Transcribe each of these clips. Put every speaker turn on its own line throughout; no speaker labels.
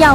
要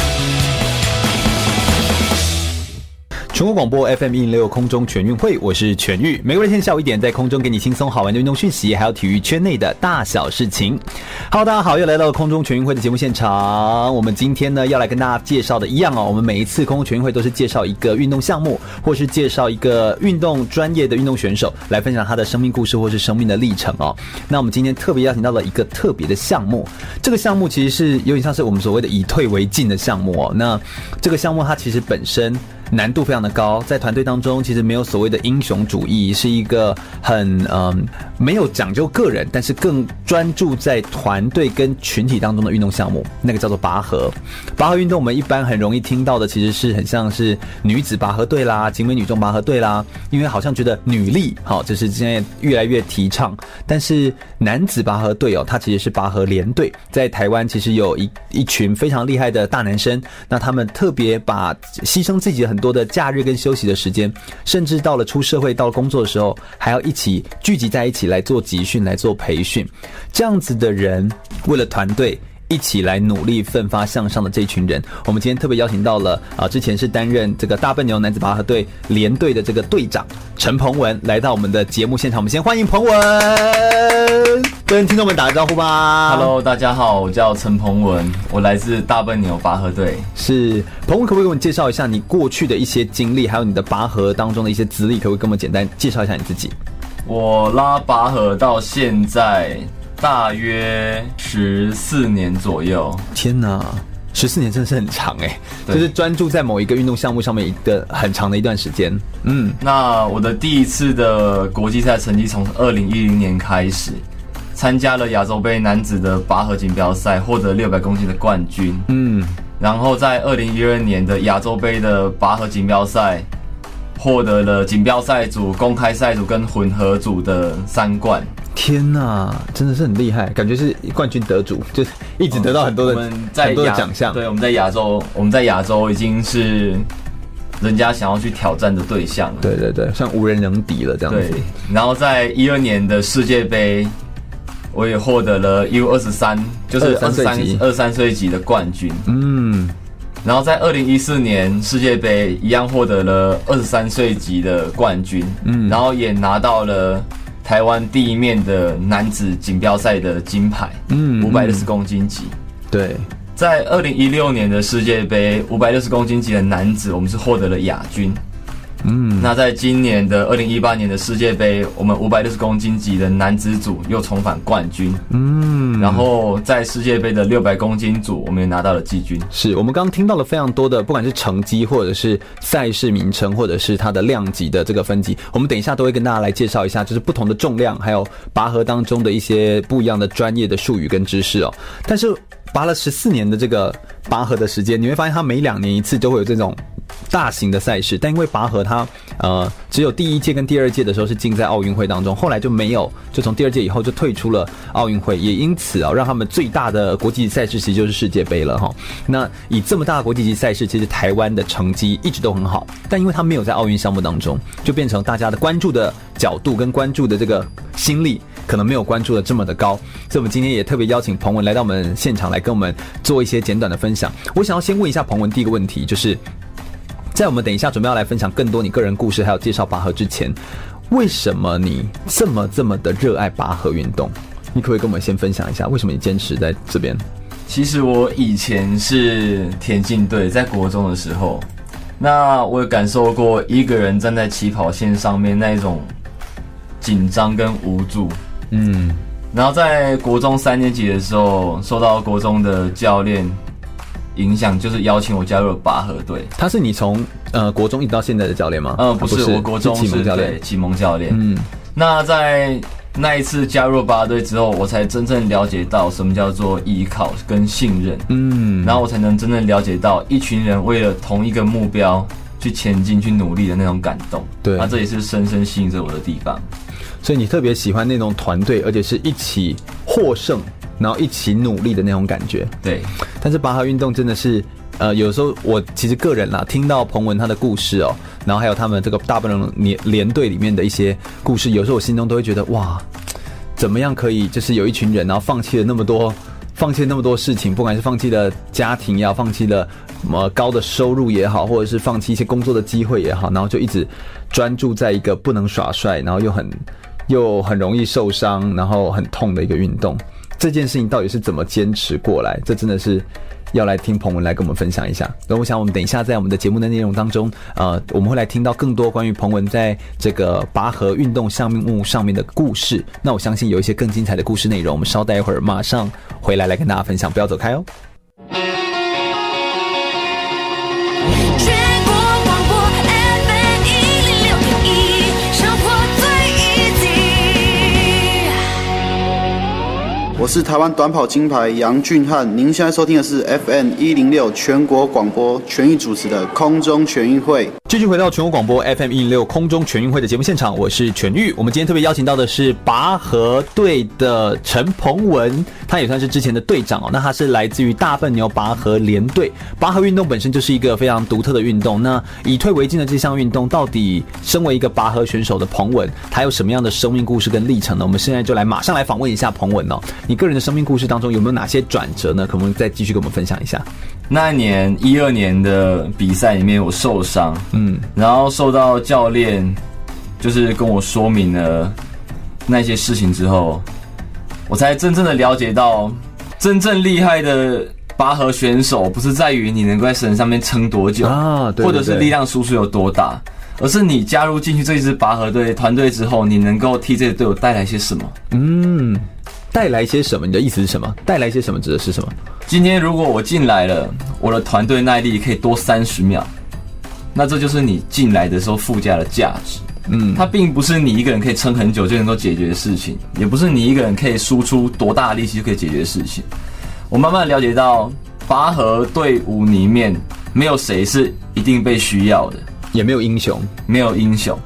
全国广播 FM 一零六空中全运会，我是全玉。每个月天下午一点，在空中给你轻松好玩的运动讯息，还有体育圈内的大小事情。Hello，大家好，又来到了空中全运会的节目现场。我们今天呢，要来跟大家介绍的一样哦，我们每一次空中全运会都是介绍一个运动项目，或是介绍一个运动专业的运动选手，来分享他的生命故事或是生命的历程哦。那我们今天特别邀请到了一个特别的项目，这个项目其实是有点像是我们所谓的以退为进的项目哦。那这个项目它其实本身。难度非常的高，在团队当中其实没有所谓的英雄主义，是一个很嗯、没有讲究个人，但是更专注在团队跟群体当中的运动项目，那个叫做拔河。拔河运动我们一般很容易听到的其实是很像是女子拔河队啦、景美女中拔河队啦，因为好像觉得女力好、就是现在越来越提倡，但是男子拔河队哦，它其实是拔河联队，在台湾其实有一一群非常厉害的大男生，那他们特别把牺牲自己很多的假日跟休息的时间，甚至到了出社会、到了工作的时候，还要一起聚集在一起来做集训、来做培训。这样子的人，为了团队。一起来努力奋发向上的这群人，我们今天特别邀请到了啊、之前是担任这个大笨牛男子拔河队联队的这个队长陈鹏文来到我们的节目现场，我们先欢迎鹏文，跟听众们打个招呼吧。
Hello，大家好，我叫陈鹏文，我来自大笨牛拔河队。
是彭文，可不可以给我们介绍一下你过去的一些经历，还有你的拔河当中的一些资历？可不可以跟我们简单介绍一下你自己？
我拉拔河到现在大约十四年左右，
天哪，十四年真的是很长哎、
对
就是专注在某一个运动项目上面一个很长的一段时间。嗯，
那我的第一次的国际赛成绩从二零一零年开始，参加了亚洲杯男子的拔河锦标赛，获得六百公斤的冠军。
嗯，
然后在二零一二年的亚洲杯的拔河锦标赛，获得了锦标赛组、公开赛组跟混合组的三冠。
天哪，真的是很厉害，感觉是冠军得主，就是一直得到很多的、
我们在
很多的
亚
奖项。
对，我们在亚洲，我们在亚洲已经是人家想要去挑战的对象了。
对对对，像无人能敌了这样
对
子。
然后在一二年的世界杯，我也获得了 U 二十三，就是
23
二
岁
三
级
二三岁级的冠军。
嗯，
然后在二零一四年世界杯一样获得了二十三岁级的冠军，嗯，然后也拿到了。台湾第一面的男子锦标赛的金牌，
嗯
嗯，五百六十公斤级，
对，
在二零一六年的世界杯五百六十公斤级的男子，我们是获得了亚军。嗯，那在今年的二零一八年的世界杯，我们五百六十公斤级的男子组又重返冠军。
嗯。
然后在世界杯的六百公斤组，我们也拿到了季军。
是我们刚刚听到了非常多的，不管是成绩，或者是赛事名称，或者是它的量级的这个分级，我们等一下都会跟大家来介绍一下，就是不同的重量，还有拔河当中的一些不一样的专业的术语跟知识哦。但是拔了十四年的这个拔河的时间，你会发现它每两年一次都会有这种大型的赛事，但因为拔河它呃只有第一届跟第二届的时候是进在奥运会当中，后来就没有，就从第二届以后就退出了奥运会，也因此啊、让他们最大的国际级赛事其实就是世界杯了哈。那以这么大的国际级赛事，其实台湾的成绩一直都很好，但因为它没有在奥运项目当中，就变成大家的关注的角度跟关注的这个心力可能没有关注的这么的高，所以我们今天也特别邀请彭文来到我们现场来跟我们做一些简短的分享。我想要先问一下彭文第一个问题，就是在我们等一下准备要来分享更多你个人故事，还有介绍拔河之前，为什么你这么这么的热爱拔河运动？你可不可以跟我们先分享一下，为什么你坚持在这边？
其实我以前是田径队，在国中的时候，那我有感受过一个人站在起跑线上面那一种紧张跟无助。
嗯，
然后在国中三年级的时候，受到国中的教练影响，就是邀请我加入了拔河队。
他是你从呃国中一直到现在的教练吗？
嗯、不是，我国中
启蒙教
对
练。
启蒙教练。
嗯，
那在那一次加入拔河队之后，我才真正了解到什么叫做依靠跟信任。
嗯，
然后我才能真正了解到一群人为了同一个目标去前进、去努力的那种感动。
对
那这也是深深吸引着我的地方。
所以你特别喜欢那种团队，而且是一起获胜然后一起努力的那种感觉。
对，
但是拔河运动真的是，呃，有时候我其实个人啦，听到彭文他的故事哦，然后还有他们这个大笨龙连连队里面的一些故事，有时候我心中都会觉得哇，怎么样可以就是有一群人，然后放弃了那么多。放弃了那么多事情，不管是放弃了家庭也好，放弃了呃高的收入也好，或者是放弃一些工作的机会也好，然后就一直专注在一个不能耍帅，然后又很又很容易受伤，然后很痛的一个运动。这件事情到底是怎么坚持过来？这真的是要来听彭文来跟我们分享一下。然后我想，我们等一下在我们的节目的内容当中，呃，我们会来听到更多关于彭文在这个拔河运动项目上面的故事。那我相信有一些更精彩的故事内容，我们稍待一会儿马上回来来跟大家分享，不要走开哦。
全国广播 FM 一零六点一，生活最 easy。
我是台湾短跑金牌杨俊翰，您现在收听的是 FM 一零六全国广播全域主持的空中全运会。
继续回到全国广播 FM 一零六空中全运会的节目现场，我是全玉。我们今天特别邀请到的是拔河队的陈鹏文，他也算是之前的队长哦。那他是来自于大笨牛拔河联队。拔河运动本身就是一个非常独特的运动。那以退为进的这项运动，到底身为一个拔河选手的鹏文，他有什么样的生命故事跟历程呢？我们现在就来马上来访问一下鹏文哦。你个人的生命故事当中有没有哪些转折呢？可不可以再继续跟我们分享一下？
那一年一二年的比赛里面我受伤，
嗯，
然后受到教练就是跟我说明了那些事情之后，我才真正的了解到，真正厉害的拔河选手不是在于你能够在绳上面撑多久
啊对对
或者是
对
力量输出有多大，而是你加入进去这支拔河队团队之后，你能够替这个队伍带来些什么。
嗯，带来些什么？你的意思是什么？带来些什么指的是什么？
今天如果我进来了，我的团队耐力可以多三十秒，那这就是你进来的时候附加的价值。
嗯，
它并不是你一个人可以撑很久就能够解决的事情，也不是你一个人可以输出多大的力气就可以解决的事情。我慢慢了解到，拔河队伍里面没有谁是一定被需要的，
也没有英雄，
没有英雄，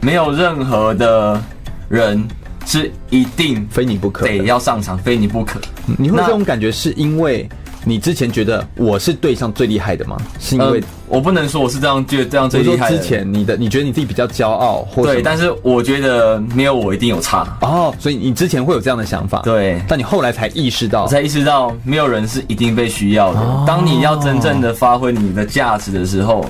没有任何的人是一定
非你不可。
得要上场，非你不可。
你会有
那
这种感觉，是因为你之前觉得我是队上最厉害的吗？是因为、
呃我不能说我是这样觉得这样最
我
厉
说
害的
之
人，
前你的，你觉得你自己比较骄傲，或
对，但
是
是我觉得没有我一定有差，
哦，所以你之前会有这样的想法，
对
但你后来才意识到
我，才意识到没有人是一定被需要
哦
的。当你要真正的发挥你的价值的时候，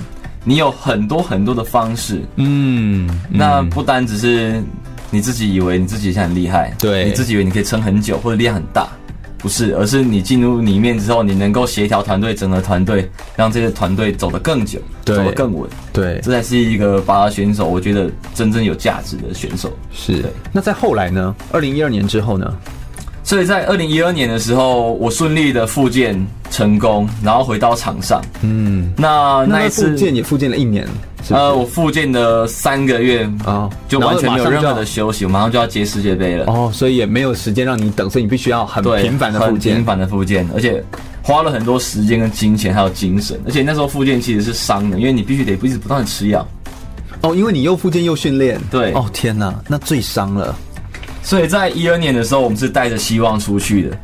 你有很多很多的方式，
嗯，
那不单只是你自己以为你自己很厉害，
对
你自己以为你可以撑很久或者力量很大。不是，而是你进入里面之后，你能够协调团队，整个团队，让这些团队走得更久，
对
走得更稳，
对，
这才是一个拔河选手，我觉得真正有价值的选手。
是
对。
那在后来呢？二零一二年之后呢？
所以在二零一二年的时候，我顺利的复健成功，然后回到场上。
嗯，
那
那
那一
复
次，
健也复健了一年，是不是？
呃，我复健的三个月
哦
就完全没
然后马上就
有
要
任何的休息，我马上就要接世界杯了。
哦，所以也没有时间让你等，所以你必须要很
对，
频繁的
很
复健
频。繁的复健，而且花了很多时间跟金钱还有精神，而且那时候复健其实是伤的，因为你必须得一直不断的吃药。
哦，因为你又复健又训练，
对
哦天哪，那最伤了。
所以在一二年的时候，我们是带着希望出去的。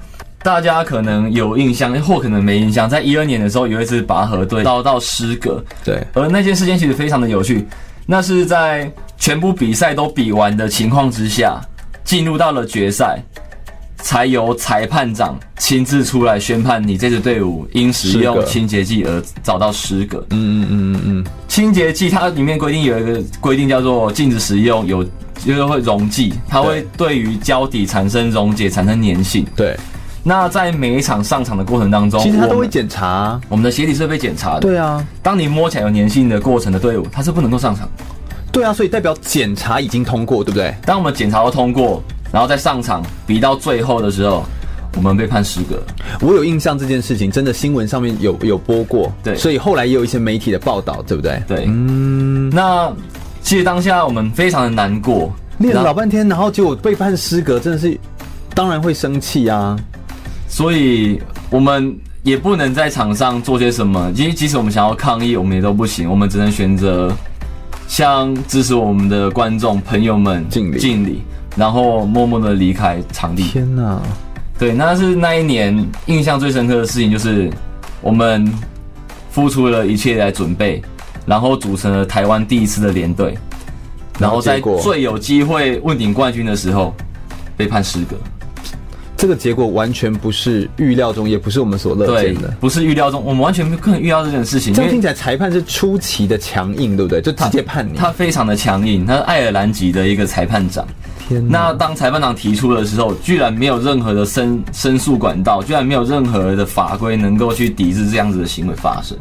大家可能有印象，或可能没印象，在一二年的时候，有一次拔河队遭到失格，
对，
而那件事件其实非常的有趣，那是在全部比赛都比完的情况之下，进入到了决赛，才由裁判长亲自出来宣判你这支队伍因使
失
用
格
清洁剂而找到失格。
嗯嗯嗯嗯嗯，
清洁剂它里面规定有一个规定叫做禁止使用有。就是会溶剂，它会对于胶底产生溶解，产生粘性。
对，
那在每一场上场的过程当中，
其实他
我
都会
们
检查啊。
我们的鞋底是被检查的。
对啊，
当你摸起来有粘性的过程的队伍，它是不能够上场的。
对啊，所以代表检查已经通过，对不对？
当我们检查都通过，然后再上场比到最后的时候，我们被判失格。
我有印象这件事情，真的新闻上面有有播过，
对
所以后来也有一些媒体的报道，对不对？
对，嗯，那其实当下我们非常的难过，
练了
然
老
后
半天，然后结果被判失格，真的是，当然会生气啊。
所以我们也不能在场上做些什么。因为即使我们想要抗议，我们也都不行，我们只能选择向支持我们的观众朋友们
敬礼
敬礼，然后默默的离开场地。
天哪，
对，那是那一年印象最深刻的事情，就是我们付出了一切来准备，然后组成了台湾第一次的连队，然后
结
在
果
最有机会问鼎冠军的时候被判失格。
这个结果完全不是预料中，也不是我们所乐
对
见哦的，。
不是预料中，我们完全不可能预料这件事情，
这
因
样听
为
起来裁判是出奇的强硬，对不对？就直接判你。
他非常的强硬，他是爱尔兰籍的一个裁判长。
天哪
那当裁判长提出的时候，居然没有任何的申申诉管道，居然没有任何的法规能够去抵制这样子的行为发生。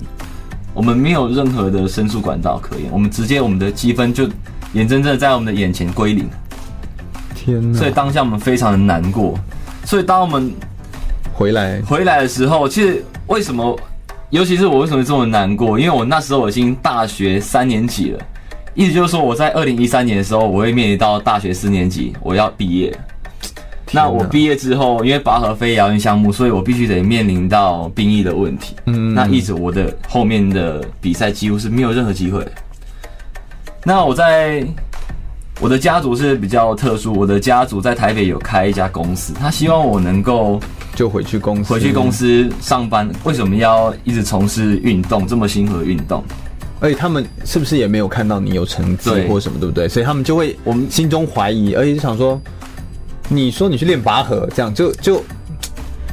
我们没有任何的申诉管道可言，我们直接我们的积分就眼睁睁地在我们的眼前归零，
天
所以
哪！
当下我们非常的难过。所以当我们
回来
回来的时候，其实为什么，尤其是我为什么这么难过？因为我那时候已经大学三年级了，意思就是说我在二零一三年的时候，我会面临到大学四年级，我要毕业。那我毕业之后，因为拔河非谣音项目，所以我必须得面临到兵役的问题。嗯，那一直我的后面的比赛几乎是没有任何机会的。那我在我的家族是比较特殊，我的家族在台北有开一家公司，他希望我能够
就回去公司，
回去公。司上班，为什么要一直从事运动这么辛苦的运动？
而且他们是不是也没有看到你有成绩
对
或什么，对不对？所以他们就会
我们
心中怀疑，而且就想说，你说你去练拔河，这样就就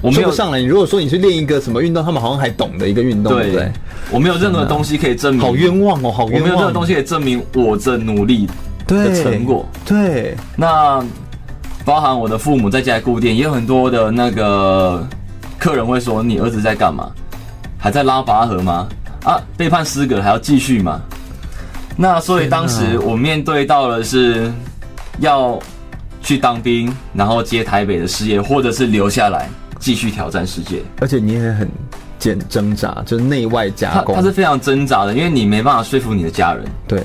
我没
说
有
不上来。你如果说你去练一个什么运动，他们好像还懂的一个运动，对不
对
对？，
我没有任何东西可以证明，
好冤枉哦，好
我没
冤
有
枉！
任何东西可以证明我的努力
对
的成果。
对，
那包含我的父母在家里顾店，也有很多的那个客人会说：“你儿子在干嘛？还在拉拔河吗？啊，被判失格还要继续吗？”那所以当时我面对到的是要去当兵，然后接台北的事业，或者是留下来继续挑战世界。
而且你也很挣挣扎，就是内外夹
他
攻。
他是非常挣扎的，因为你没办法说服你的家人，
对，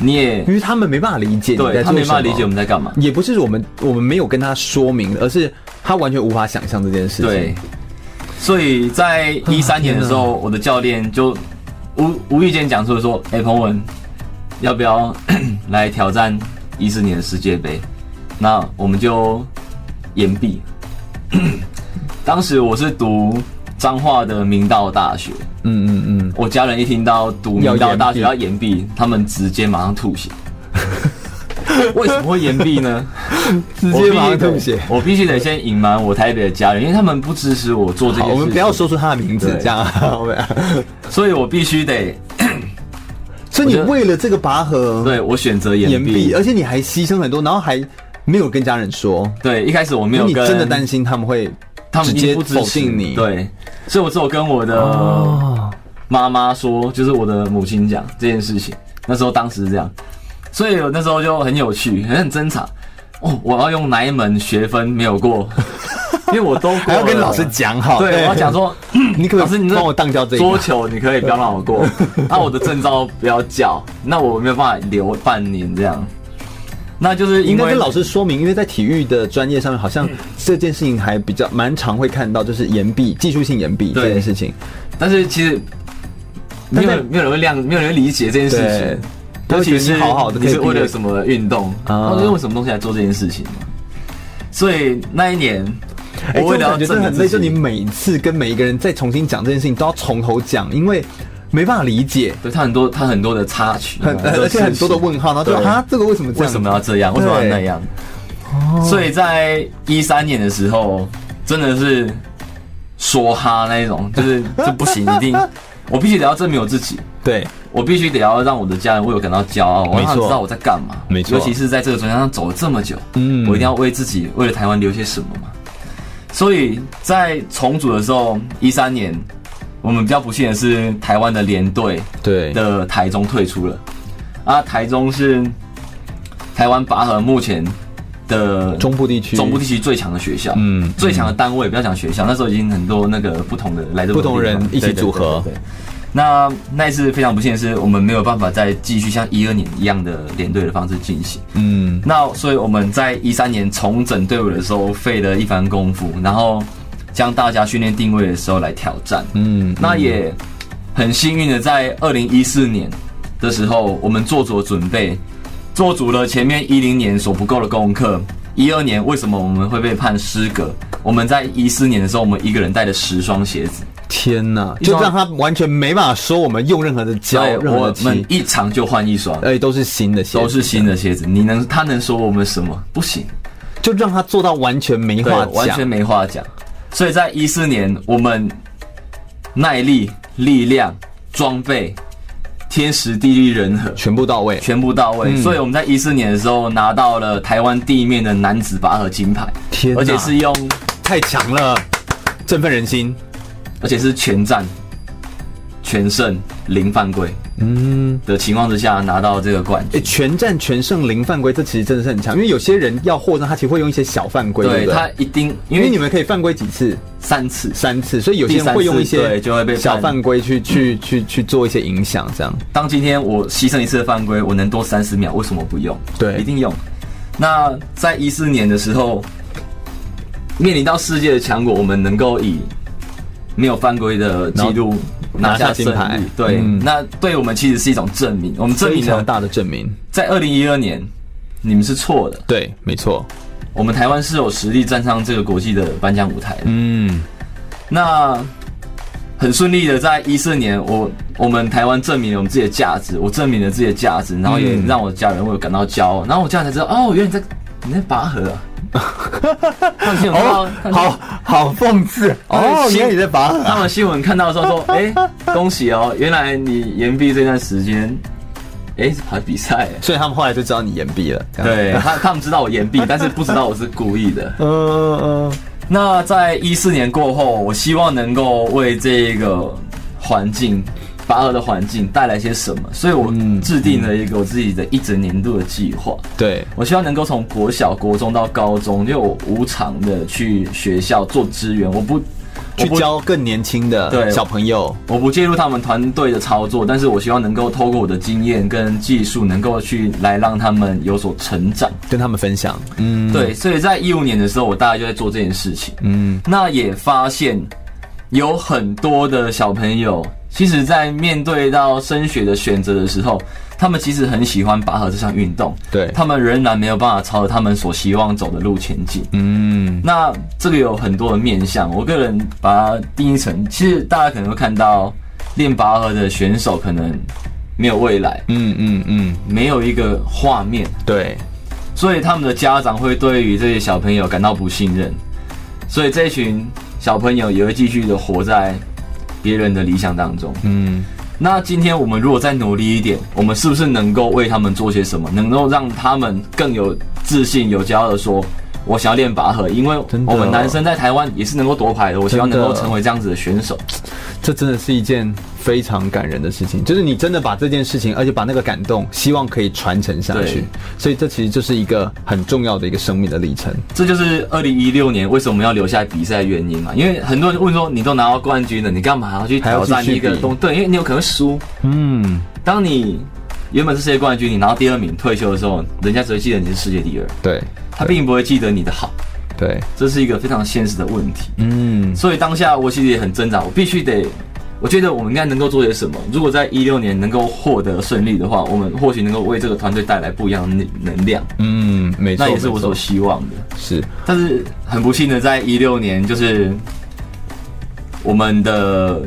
你也
因为他们没办法理解你
对
在
他
做
没办法
什么
理解我们在干嘛。
也不是我们我们没有跟他说明，而是他完全无法想象这件事情。
对，，所以在一三年的时候，我的教练就无无意间讲出了说：“哎、彭文，要不要 来挑战一四年的世界杯？”那我们就延毕。 当时我是读彰化的明道大学，
嗯嗯嗯，
我家人一听到读明道大学要延毕，他们直接马上 吐血。为什么会延毕呢？
直
我
接
必
马
须
上
得
吐血。
我必须得先隐瞒我台北的家人，因为他们不支持我做这件
好，
事情。
我们不要说出他的名字，
对
这 样。好吧
所以我必须得
所以你
我觉得
为了这个拔河，
对我选择
岩
岩
壁，
壁
而。且你还牺牲很多，然后还没有跟家人说，
对，一开始我没
因
有
为你
跟
真的担心他们会
他们
直
已
接
经不支
否
持
定你。，
对，所以我只有跟我的
哦，
妈妈说，就是我的母亲讲这件事情。那时候当时是这样，所以我那时候就很有趣，很很挣扎。哦，我要用哪一门学分没有 过？因为我都
还
还
要跟老师。讲好。
对，我要讲，说，
你可不
老
可
师
以
你这
帮我当掉这一
桌
个？
球你可以不要让 我过，那我的证照不要叫，那我没有办法留半年这样。那就是
应
因
该
为嗯
跟老师说明，因为在体育的专业上面，好像这件事情还比较蛮常会看到，就是岩壁技术性岩壁这
对
件事情。
但是其实没有人没有人会谅，没有人会理解这件事
对
情。
都
尤
觉得
其
你
是
好好的可
你
以
是
毕业
为了什么运动，
啊
然后是为什么东西来做这件事情嘛？所以那一年，
哎，
我为
这种
了要
感觉真的
证明
很累，
自
就你
己，
每一次跟每一个人再重新讲这件事情，都要从头讲，因为没办法理解，
对他很多他很多的插曲，
很
多
而且很多的
啊事情
问号，然后就
对
啊，这个为什么这
为
样？
什么要这样？为什么要
对
那样？所以在一三年的时候，真的是说哈那一种，就是这不行，一 定我必须得要证明我自己。
对，
我必须得要让我的家人为我感到骄傲，我
没
让他
错
们知道我在干嘛。
没错
尤其是在这个专业上走了这么久，
嗯
我一定要为自己，为了台湾留些什么嘛。所以在重组的时候，一三年我们比较不幸的是，台湾的联队
对
的台中退出了。啊，台中是台湾拔河目前的
中部地区，
中部地区最强的学校，
嗯
嗯，最强的单位，不要讲学校，那时候已经很多那个不同的来自
不同
地方
人一起
对对
组合
对对对那那一次非常不幸的是，我们没有办法再继续像一二年一样的连队的方式进行。
嗯，
那所以我们在一三年重整队伍的时候费了一番功夫，然后将大家训练定位的时候来挑战。
嗯
嗯，那也很幸运的，在二零一四年的时候，我们做足了准备，做足了前面一零年所不够的功课。一二年为什么我们会被判失格？我们在一四年的时候，我们一个人带了十双鞋子，
天哪，
一双
就让他完全没办法说我们用任何的胶，
对，
任何
我
的
们
漆，
一场就换一双，
而且都是新的鞋，
都是新的鞋子。你能他能说我们什么？不行，
就让他做到完全没
对
话，
完全
讲。
没话讲。所以在一四年，我们耐力、力量、装备、天时地利人和
全部到位，
全部到位，
嗯
所以我们在一四年的时候拿到了台湾地面的男子拔河金牌，
天哪
而且是用，
太强了，振奋人心。
而且是全战、全胜、零犯规，嗯的情况之下拿到这个冠
诶
军。
全战全胜零犯规，这其实真的是很强，因为有些人要获胜，他其实会用一些小犯规，对
对
不
他
对？
一定，
因
因为
为
你
你
们
们可以犯规几次，
三次，
三次，所以有些
第
人
三次
会用一些
对就会被判
小犯规去去去去做一些影响，这样。
当今天我牺牲一次的犯规，我能多三十秒，为什么不用？
对
一定用。那在一四年的时候，面临到世界的强国，我们能够以没有犯规的记录
然后
拿下
拿下金
胜
牌
利，对，
嗯
那对我们其实是一种证明。我们证
非
明
常
了
大的证明，
在二零一二年，你们是错的，
对，没错，
我们台湾是有实力站上这个国际的颁奖舞台的。
嗯，
那很顺利的，在一四年，我我们台湾证明了我们自己的价值，我证明了自己的价值，然后也
嗯
让我家人为我感到骄傲。然后我家人才知道，哦，原来你在你在拔河 啊！他们新闻看到
哦，，好好讽刺哦，
新
原来你在拔河
他
啊，
们新闻看到的时候说， 哎、恭喜哦，原来你延毕这段时间，哎、是跑比赛、
所以他们后来就知道你延毕了，这样，
对他，他们知道我延毕，但是不知道我是故意的。
嗯嗯嗯，
那在一四年过后，我希望能够为这个环境，拔河的环境带来些什么，所以我
嗯
制定了一个我自己的一整年度的计划。
对，
我希望能够从国小、国中到高中，就我无偿的去学校做支援，我不
去
我不
教更年轻的
对
小朋友，
我不介入他们团队的操作，但是我希望能够透过我的经验跟技术，能够去来让他们有所成长。
跟他们分享，嗯，
对，所以在一五年的时候，我大概就在做这件事情。
嗯，
那也发现有很多的小朋友，其实在面对到升学的选择的时候，他们其实很喜欢拔河这项运动，
对，
他们仍然没有办法朝着他们所希望走的路前进。
嗯，
那这个有很多的面向，我个人把它定义成，其实大家可能会看到练拔河的选手可能没有未来，
嗯嗯嗯，
没有一个画面，
对，
所以他们的家长会对于这些小朋友感到不信任，所以这群小朋友也会继续的活在别人的理想当中。
嗯，
那今天我们如果再努力一点，我们是不是能够为他们做些什么，能够让他们更有自信、有骄傲的说？我想要练拔河，因为
真的
我们男生在台湾也是能够夺牌的。我希望能够成为这样子的选手。
这真的是一件非常感人的事情，就是你真的把这件事情，而且把那个感动，希望可以传承下去
对，
所以这其实就是一个很重要的一个生命的历程。
这就是二零一六年为什么要留下来比赛的原因嘛？因为很多人问说，你都拿到冠军了，你干嘛还要去
还要
挑
继续
战一个
比
东？对，因为你有可能会输。
嗯，
当你原本是世界冠军，你拿到第二名退休的时候，人家只会记得你是世界第二，
对，
他并不会记得你的好，
对，
这是一个非常现实的问题。
嗯，
所以当下我其实也很挣扎，我必须得，我觉得我们应该能够做些什么。如果在一六年能够获得胜利的话，我们或许能够为这个团队带来不一样的能能量，
嗯，没错，
那也是我
没错
所希望的。
是，
但是很不幸的，在一六年就是我们的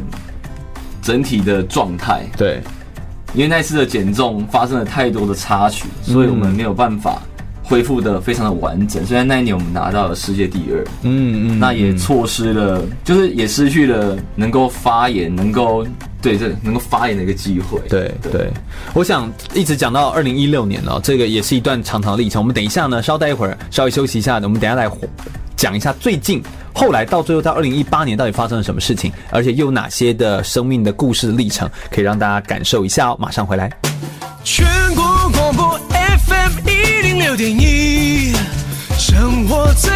整体的状态
对，
因为那次的减重发生了太多的插曲，
嗯
所以我们没有办法恢复的非常的完整。虽然那一年我们拿到了世界第二，
嗯嗯，
那也
嗯
错失了，就是也失去了能够发言、能够对这能够发言的一个机会。
对对，我想一直讲到二零一六年了、这个也是一段长长的历程。我们等一下呢，稍待一会儿，稍微休息一下，我们等一下来讲一下最近后来到最后到二零一八年到底发生了什么事情，而且又有哪些的生命的故事历程可以让大家感受一下哦。马上回来。
全国广播 FM 一零六点一，生活最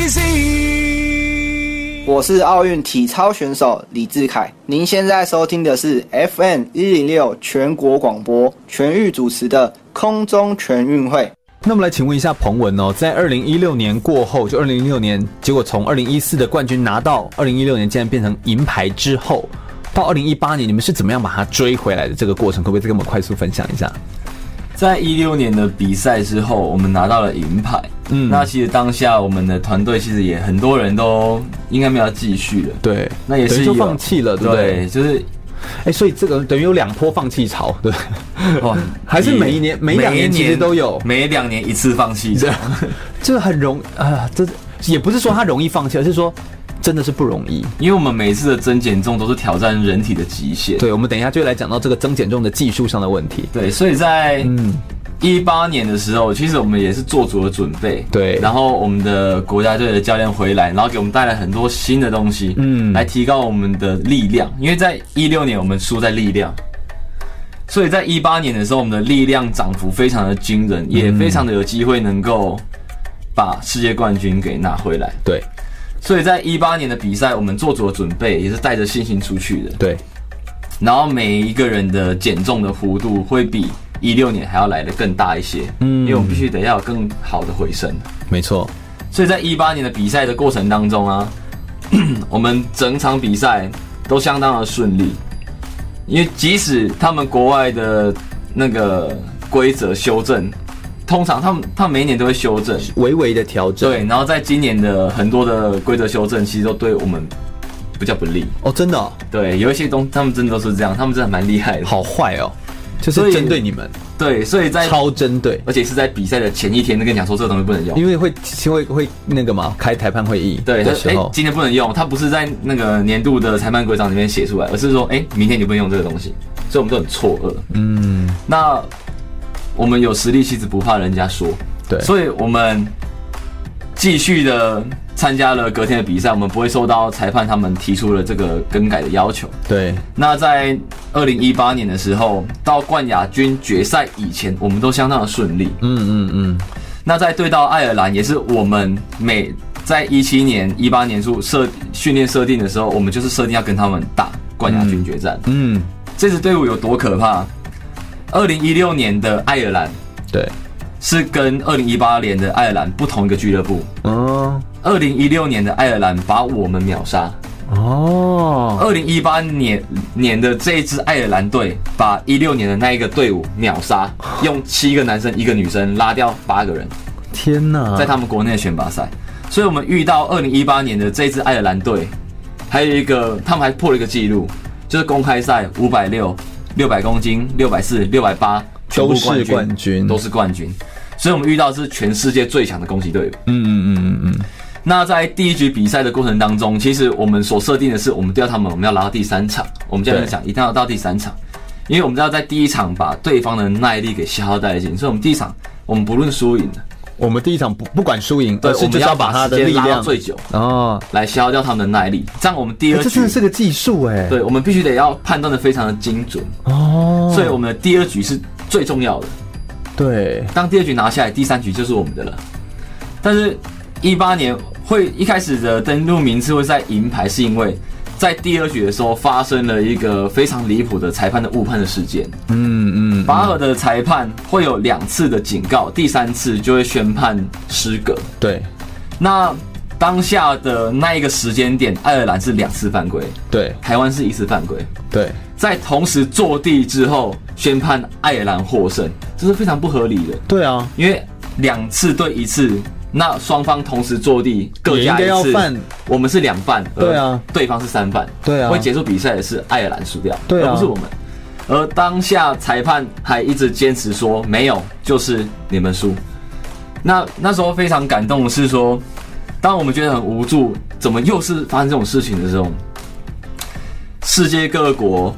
easy。
我是奥运体操选手李志凯。您现在收听的是 FM 一零六全国广播全域主持的空中全运会。
那么来请问一下彭文哦，在二零一六年过后，就二零一六年，结果从二零一四的冠军拿到二零一六年，竟然变成银牌之后，到二零一八年，你们是怎么样把它追回来的？这个过程可不可以再跟我们快速分享一下？
在一六年的比赛之后，我们拿到了银牌。
嗯
嗯，那其实当下我们的团队其实也很多人都应该没有要继续了。
对，
那也
等于
是
就
有
放弃了，对不对
对，？就是
哎，所以这个等于有两波放弃潮， 对不对？
哇，
还是每一年每两年其实都有
每两年一次放弃
这样，这很容啊，这也不是说他容易放弃，而是说真的是不容易。
因为我们每次的增减重都是挑战人体的极限。
对，我们等一下就会来讲到这个增减重的技术上的问题。
对，所以在
嗯，
一八年的时候，其实我们也是做足了准备。
对
然后我们的国家队的教练回来，然后给我们带来很多新的东西，
嗯
嗯，来提高我们的力量。因为在一六年我们输在力量，所以在一八年的时候，我们的力量涨幅非常的惊
嗯
人，也非常的有机会能够把世界冠军给拿回来。
对
所以在一八年的比赛，我们做足了准备，也是带着信心出去的。
对，
然后每一个人的减重的幅度会比一六年还要来的更大一些，
嗯
嗯，因为我们必须得要有更好的回升。
没错，
所以在一八年的比赛的过程当中啊， 我们整场比赛都相当的顺利，因为即使他们国外的那个规则修正，通常他们他们每一年都会修正，
微微的调整。
对，然后在今年的很多的规则修正其实都对我们比较不利，
哦，真的哦、
对，有一些东他们真的都是这样，他们真的蛮厉害的，
好坏哦，就
所
是
以
针对你们，
对，所以在
超针对，
而且是在比赛的前一天就跟你讲说这个东西不能用，
因为会会会那个嘛，开裁判会议
对，
的
他说
时
哎、
候，
今天不能用，他不是在那个年度的裁判规章里面写出来，而是说哎、明天你不能用这个东西，所以我们都很错愕。嗯，
哎
那我们有实力，其实不怕人家说，
对，
所以我们继续的参加了隔天的比赛，我们不会受到裁判他们提出了这个更改的要求。
对，
那在二零一八年的时候，到冠亚军决赛以前，我们都相当的顺利。
嗯嗯嗯，
那在对到爱尔兰，也是我们每在一七年、一八年初设训练设定的时候，我们就是设定要跟他们打冠亚军决战。
嗯，
这支队伍有多可怕？二零一六年的爱尔兰
对，
是跟二零一八年的爱尔兰不同一个俱乐部。
哦
二零一六年的爱尔兰把我们秒杀，
哦，
二零一八年年的这一支爱尔兰队把一六年的那一个队伍秒杀，用七个男生一个女生拉掉八个人。
天哪，
在他们国内的选拔赛，所以我们遇到二零一八年的这支爱尔兰队，还有一个他们还破了一个记录，就是公开赛五百六、六百公斤、六百四、六百八，全部
都是冠军
都是冠军。所以我们遇到的是全世界最强的攻击队伍。
嗯嗯嗯嗯嗯，
那在第一局比赛的过程当中，其实我们所设定的是，我们对到他们，我们要拉到第三场。我们教练
对
讲，一定要到第三场，因为我们知道在第一场把对方的耐力给消耗殆尽，所以我们第一场我们不论输赢的，
我们第一场不不管输赢，
对，
而
我
是就
们
是
要
把他的
时间
力
拉到
量
最久。
哦，
来消耗掉他们的耐力。这样我们第
哎
二
这
局
真的，是个技术哎，
对我们必须得要判断的非常的精准，
哦，
所以我们的第二局是最重要的。
对
当第二局拿下来，第三局就是我们的了。但是，一八年会一开始的登录名次会在银牌，是因为在第二局的时候发生了一个非常离谱的裁判的误判的事件。
嗯嗯，
法尔的裁判会有两次的警告，第三次就会宣判失格。
对
那当下的那一个时间点，爱尔兰是两次犯规，
对
台湾是一次犯规。
对，
在同时坐地之后宣判爱尔兰获胜，这是非常不合理的，
对啊，
因为两次对一次，那双方同时坐地各
也应
加
该
一
要
次
犯，
我们是两犯，
对啊，
对方是三犯，
对啊
会结束比赛的是爱尔兰输掉，
对啊
而不是我们。而当下裁判还一直坚持说没有，就是你们输。那那时候非常感动的是说，当我们觉得很无助，怎么又是发生这种事情的时候，世界各国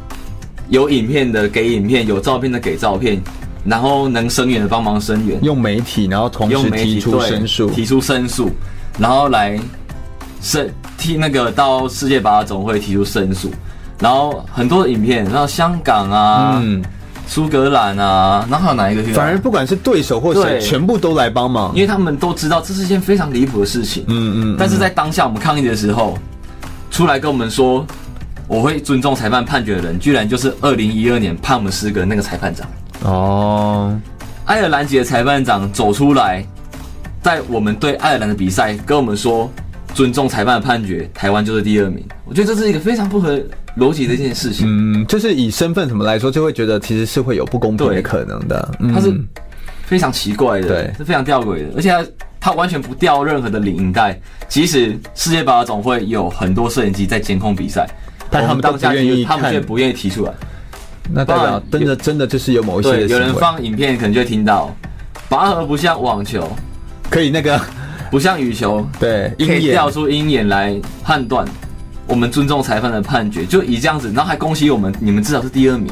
有影片的给影片，有照片的给照片，然后能声援的帮忙声援，
用媒体，然后同
用
时
媒
提
体
出
对
申诉，
提出申诉，然后来申替那个到世界拔总会提出申诉，然后很多的影片，然后香港啊、
嗯，
苏格兰啊，然后还有哪一个地方？
反而不管是对手或谁，
对
全部都来帮忙
因。为他们都知道这是一件非常离谱的事情，
嗯嗯嗯
但是在当下我们抗议的时候，出来跟我们说。我会尊重裁判判决的人，居然就是二零一二年判我们失格的那个裁判长。
哦，
爱尔兰籍的裁判长走出来，在我们对爱尔兰的比赛跟我们说，尊重裁判的判决，台湾就是第二名。我觉得这是一个非常不合逻辑的一件事情。
嗯，就是以身份什么来说，就会觉得其实是会有不公平的
对
可能的。嗯
它是非常奇怪的，
对
是非常吊诡的，而且它它完全不掉任何的领带。即使世界拔总会有很多摄影机在监控比赛，
但
我
他们都
当下
不愿意
其实他们
看
却不愿意提出来。
那代
当
表
然
真的真的就是有某一些
对，
的
有人
行为
放影片可能就会听到，拔河不像网球，
可以那个
不像羽球，
对
可
鹰
以
眼
调出鹰眼来判断。我们尊重裁判的判决，就以这样子，然后还恭喜我们，你们至少是第二名。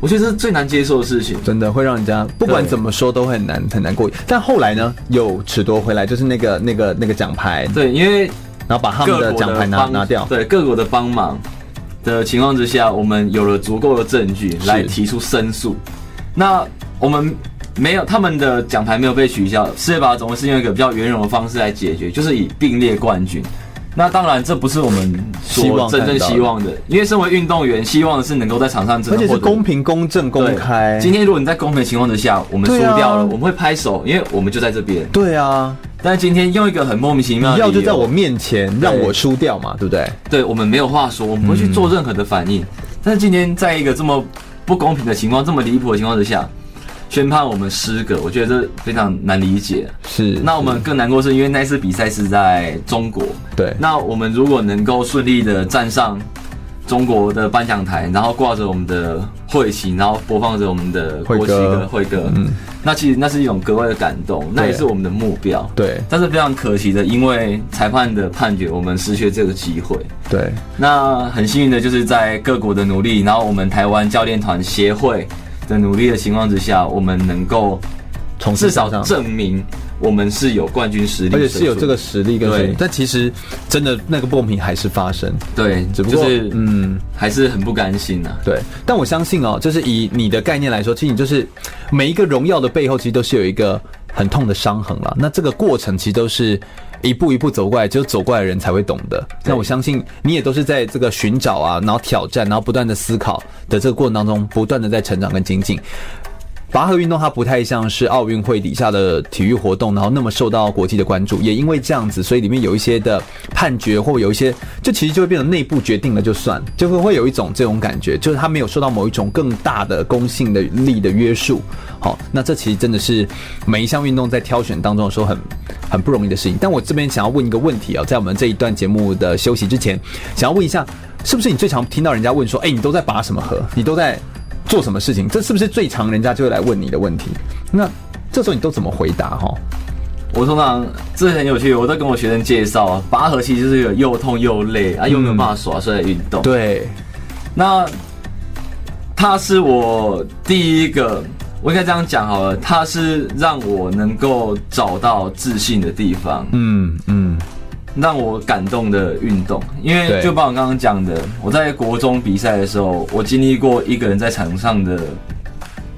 我觉得这是最难接受的事情。
真的会让人家不管
对
怎么说都很难很难过瘾。但后来呢，有褫夺回来，就是那个那个那个奖牌，
对，因为
然后把他
各
们的
国
奖牌拿
帮
拿掉。
对各国的帮忙的情况之下，我们有了足够的证据来提出申诉。那我们没有他们的奖牌没有被取消，世界杯总会是用一个比较圆融的方式来解决，就是以并列冠军。那当然，这不是我们
希
所
望
真正
看到的
希望的，因为身为运动员，希望的是能够在场上真
而
的
且
获
是
得
公平、公正、公
对
开。
今天如果你在公平的情况之下，我们输
对啊
掉了，我们会拍手，因为我们就在这边。
对啊，
但今天用一个很莫名其妙的
你
理由，
要就在我面前让我输掉嘛，对不对？
对我们没有话说，我们不会去做任何的反应。但是今天在一个这么不公平的情况、这么离谱的情况之下，宣判我们失格，我觉得这非常难理解。
是。
那我们更难过是因为那次比赛是在中国，
对
那我们如果能够顺利的站上中国的颁奖台，然后挂着我们的会旗，然后播放着我们的国旗跟会歌，嗯那其实那是一种格外的感动，那也是我们的目标。
对
但是非常可惜的，因为裁判的判决，我们失去了这个机会。
对
那很幸运的就是在各国的努力，然后我们台湾教练团协会的努力的情况之下，我们能够
从
至
市
少
场上
证明我们是有冠军实力，
而且是有这个实力跟实力
对，
但其实真的那个不公平还是发生。
对，
只不过
就是嗯，
嗯，
还是很不甘心呐、啊。
对，但我相信哦，就是以你的概念来说，其实你就是每一个荣耀的背后，其实都是有一个很痛的伤痕了。那这个过程其实都是一步一步走过来，只有走过来的人才会懂的。那我相信你也都是在这个寻找啊，然后挑战，然后不断的思考的这个过程当中，不断的在成长跟精进。拔河运动它不太像是奥运会底下的体育活动，然后那么受到国际的关注。也因为这样子，所以里面有一些的判决或有一些，就其实就会变成内部决定了就算，就会会有一种这种感觉，就是它没有受到某一种更大的公信的力的约束。好，那这其实真的是每一项运动在挑选当中的时候很很不容易的事情。但我这边想要问一个问题啊、在我们这一段节目的休息之前，想要问一下，是不是你最常听到人家问说，哎、你都在拔什么河？你都在？做什么事情，这是不是最常人家就会来问你的问题？那这时候你都怎么回答？哈，
我通常这很有趣，我都跟我学生介绍啊，拔河其实是有又痛又累啊，又没有办法耍帅的运动。
嗯对，
那它是我第一个，我应该这样讲好了，它是让我能够找到自信的地方，
嗯嗯，
让我感动的运动。因为
对
就包括我刚刚讲的，我在国中比赛的时候，我经历过一个人在场上的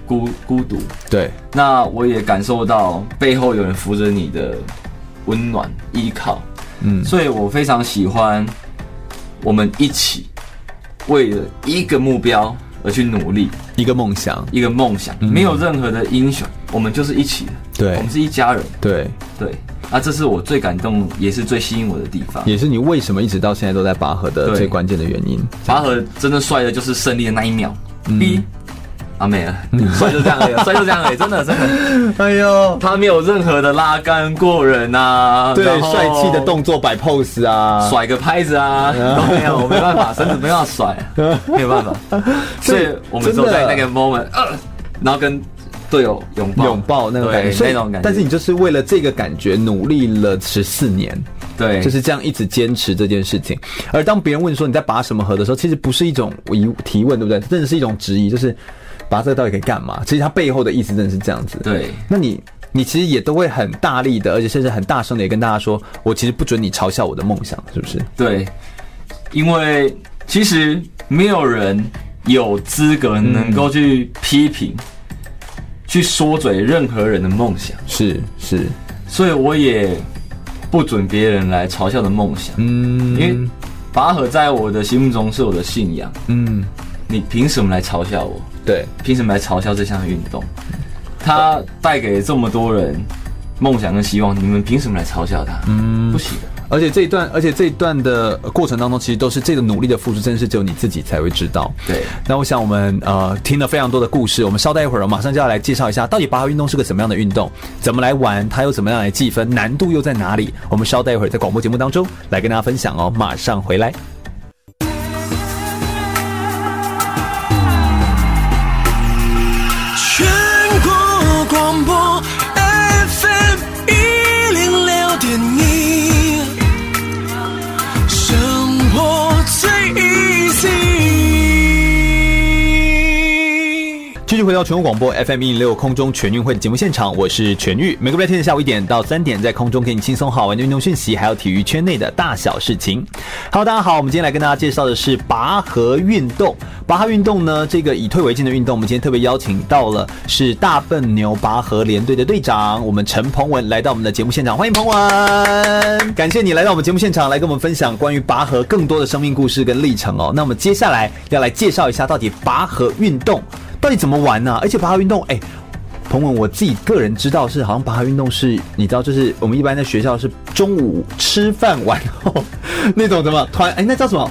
孤孤独，
对，
那我也感受到背后有人扶着你的温暖依靠，
嗯
所以我非常喜欢我们一起为了一个目标而去努力，
一个梦想，
一个梦想，没有任何的英雄，我们就是一起的，
嗯对
我们是一家人，
对，
对，啊，这是我最感动，也是最吸引我的地方。
也是你为什么一直到现在都在拔河的
对
最关键的原因。
拔河真的帅的就是胜利的那一秒，B 啊没了，帅就这样而 已，帅就这样而已，真的真的。
哎呦，
他没有任何的拉杆过人啊，
对，
然后
帅气的动作摆 pose 啊，
甩个拍子 啊，都没有，我没办法，身子没办法 甩，没有办法，嗯所以我们只有在那个 moment，呃，然后跟队友拥抱，
拥抱那种感觉，
对
所以
那种感觉，
但是你就是为了这个感觉努力了十四年，
对，
就是这样一直坚持这件事情。而当别人问说你在拔什么河的时候，其实不是一种疑提问，对不对？真的是一种质疑，就是拔这个到底可以干嘛？其实它背后的意思真的是这样子。
对
那你你其实也都会很大力的，而且甚至很大声的也跟大家说，我其实不准你嘲笑我的梦想，是不是？
对，因为其实没有人有资格能够去批评、去说嘴任何人的梦想，
是是，
所以我也不准别人来嘲笑我的梦想，
嗯
因为拔河在我的心目中是我的信仰，
嗯，
你凭什么来嘲笑我？
对
凭什么来嘲笑这项运动？它带给这么多人梦想跟希望，你们凭什么来嘲笑他？嗯，不行的。
而且这一段，而且这一段的呃过程当中，其实都是这个努力的付出，真的是只有你自己才会知道。
对
那我想我们呃听了非常多的故事，我们稍待一会儿，我马上就要来介绍一下到底拔河运动是个怎么样的运动，怎么来玩，它又怎么样来计分，难度又在哪里？我们稍待一会儿在广播节目当中来跟大家分享哦，马上回来。
全国广播 FM 一零六点一，生活最 easy。
继续回到全国广播 FM 一零六空中全运会的节目现场，我是全玉。每个礼拜天的下午一点到三点，在空中给你轻松好玩的运动讯息，还有体育圈内的大小事情。Hello，大家好，我们今天来跟大家介绍的是拔河运动。拔河运动呢，这个以退为进的运动，我们今天特别邀请到了是大笨牛拔河联队的队长，我们陈鹏文来到我们的节目现场，欢迎鹏文，感谢你来到我们节目现场，来跟我们分享关于拔河更多的生命故事跟历程哦。那我们接下来要来介绍一下到底拔河运动。到底怎么玩呢、而且拔河运动，哎、彭文，我自己个人知道是，好像拔河运动是，你知道，就是我们一般在学校是中午吃饭完后那种什么团，哎、那叫什么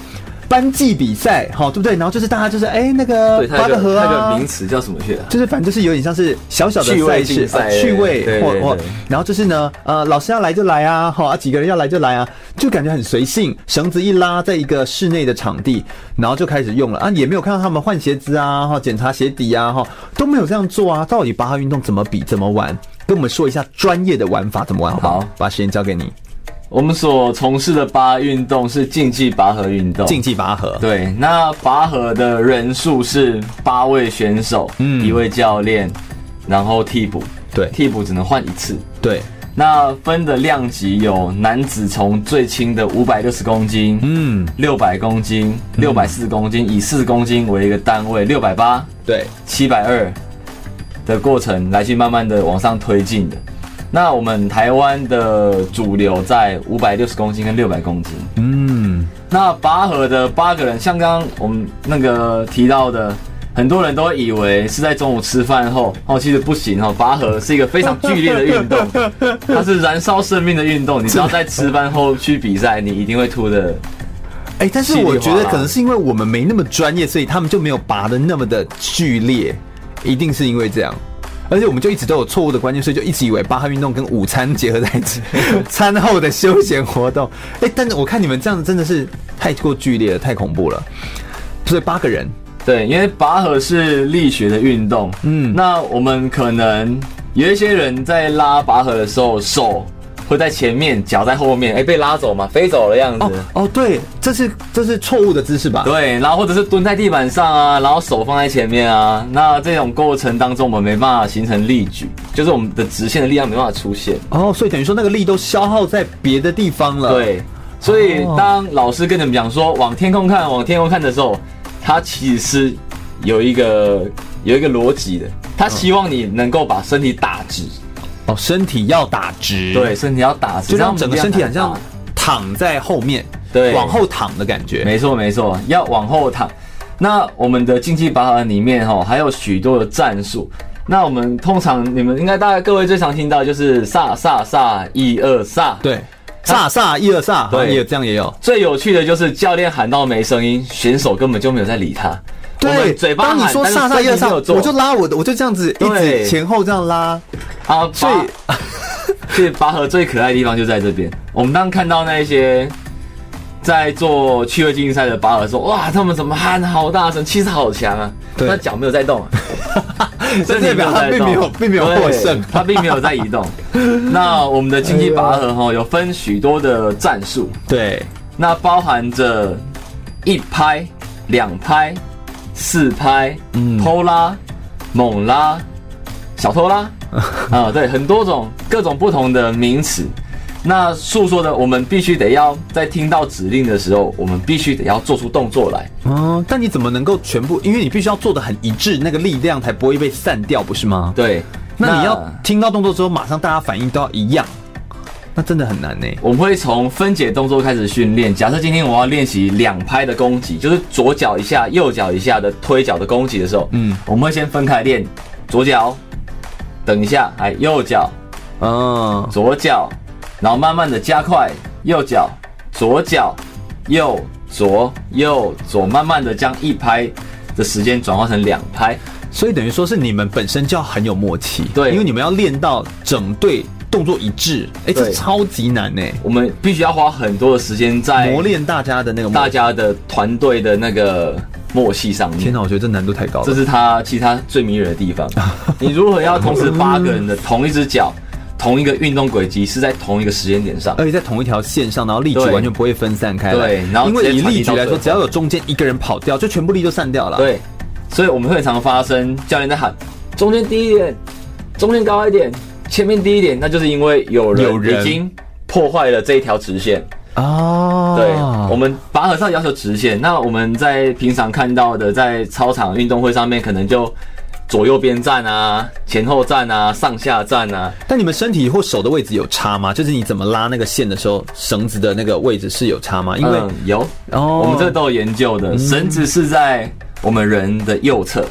班级比赛，好、对不对？然后就是大家就是哎、那个
对，他
拔个
有个
河
他有个
啊
名。词叫什么去啊？
就是反正就是有点像是小小的
趣
赛
味
事
竞赛
啊趣味
对
或
对
或
对，
然后就是呢，呃，老师要来就来啊，好啊，几个人要来就来啊，就感觉很随性，绳子一拉，在一个室内的场地，然后就开始用了啊，也没有看到他们换鞋子啊，哈，检查鞋底啊，哈，都没有这样做啊，到底拔河运动怎么比，怎么玩？跟我们说一下专业的玩法怎么玩，好不好？
好
把时间交给你，
我们所从事的拔运动是竞技拔河运动。
竞技拔河，
对，那拔河的人数是八位选手，
嗯
一位教练，然后替补，
对
替补只能换一次。
对，
那分的量级有男子从最轻的五百六十公斤，
嗯，
六百公斤、六百四十公斤，以四十公斤为一个单位，六百八、
对，
七百二的过程来去慢慢的往上推进的。那我们台湾的主流在五百六十公斤跟六百公斤。
嗯，
那拔河的八个人，像刚刚我们那个提到的，很多人都以为是在中午吃饭后，哦，其实不行哦，拔河是一个非常剧烈的运动，它是燃烧生命的运动。你只要在吃饭后去比赛，你一定会吐的。
哎、但是
稀里
我
哗
觉得
啦
可能是因为我们没那么专业，所以他们就没有拔的那么的剧烈，一定是因为这样。而且我们就一直都有错误的观念，所以就一直以为巴哈运动跟午餐结合在一 起，餐后的休闲活动。哎、但是我看你们这样子真的是太过剧烈了，太恐怖了。所以八个人，
对，因为拔河是力学的运动，
嗯
嗯，那我们可能有一些人在拉拔河的时候，手会在前面，脚在后面，哎、被拉走嘛，飞走的样子。
哦哦，对，这是这是错误的姿势吧？
对，然后或者是蹲在地板上啊，然后手放在前面啊，那这种过程当中，我们没办法形成力矩，就是我们的直线的力量没办法出现。
哦，所以等于说那个力都消耗在别的地方了。，
对，所以
哦
当老师跟你们讲说往天空看，往天空看的时候，他其实是有一个有一个逻辑的，他希望你能够把身体打直，
哦，身体要打直，
对，，身体要打
嗯
直，
就让
这样
整个
力量
身体
才
很像
大
躺在后面，
对
往后躺的感觉。
没错没错，要往后躺。那我们的竞技拔河里面哈、还有许多的战术。那我们通常你们应该大概各位最常听到就是萨萨萨一二萨。，
对，萨萨一二萨，
对
好像也有这样也有。
最有趣的就是教练喊到没声音，选手根本就没有在理他。我们嘴巴
当你
喊
说
但是
萨萨一二
身体
萨，
没有做
我就拉我的，我就这样子一直
对
前后这样拉。
啊，
所
所
以
以所以拔河最可爱的地方就在这边。我们当看到那一些在做趣味竞赛的拔河的时候，哇，他们怎么喊好大声，气势好强啊！
对
那脚没有在动啊，
这
身体
代表他
在
并
动
没有并没有获胜
对他并没有在移 动。那我们的竞技拔河哈，有分许多的战术，
对，
那包含着一拍、两拍、四拍、
嗯
偷拉、猛拉、小 偷拉啊，对，很多种各种不同的名词。那诉说的，我们必须得要在听到指令的时候，我们必须得要做出动作来。
哦，但你怎么能够全部？因为你必须要做的很一致，那个力量才不会被散掉，不是吗？。
对，
那你要听到动作之后，马上大家反应都要一样，那真的很难欸呢。
我们会从分解动作开始训练。假设今天我要练习两拍的攻击，就是左脚一下、右脚一下的推脚的攻击的时候，
嗯
嗯，我们会先分开练，左脚，等一下，哎，右脚，
嗯，
左脚，然后慢慢的加快，右脚，左脚，右左右左，慢慢的将一拍的时间转化成两拍。
所以等于说是你们本身就要很有默契，
对
因为你们要练到整队动作一致，哎，这
对
超级难呢、哎
我们必须要花很多的时间在
磨练大家的那个默
哎大。家的团队的那个默契上面。
天哪，我觉得这难度太高
这
了。
是他其实他最迷人的 地方。你如何要同时八个人的同一只脚、同一个运动轨迹是在同一个时间点上？
而且在同一条线上，然后力矩
对
完全不会分散开来。
对然后
因为
直
以
接传递
力矩来
到
说，
最后
只要有中间一个人跑掉，就全部力就散掉了。，
对，所以我们会常发生教练在喊中间低一点，中间高一点，前面低一点，那就是因为有人
有人
已经破坏了这一条直线。
哦，
对，我们拔河上要求直线，那我们在平常看到的，在操场运动会上面，可能就左右边站啊、前后站啊、上下站啊，
但你们身体或手的位置有差吗？就是你怎么拉那个线的时候，绳子的那个位置是有差吗？因为、
嗯、有
哦
我们这个都有研究
嗯
的，绳子是在我们人的右侧，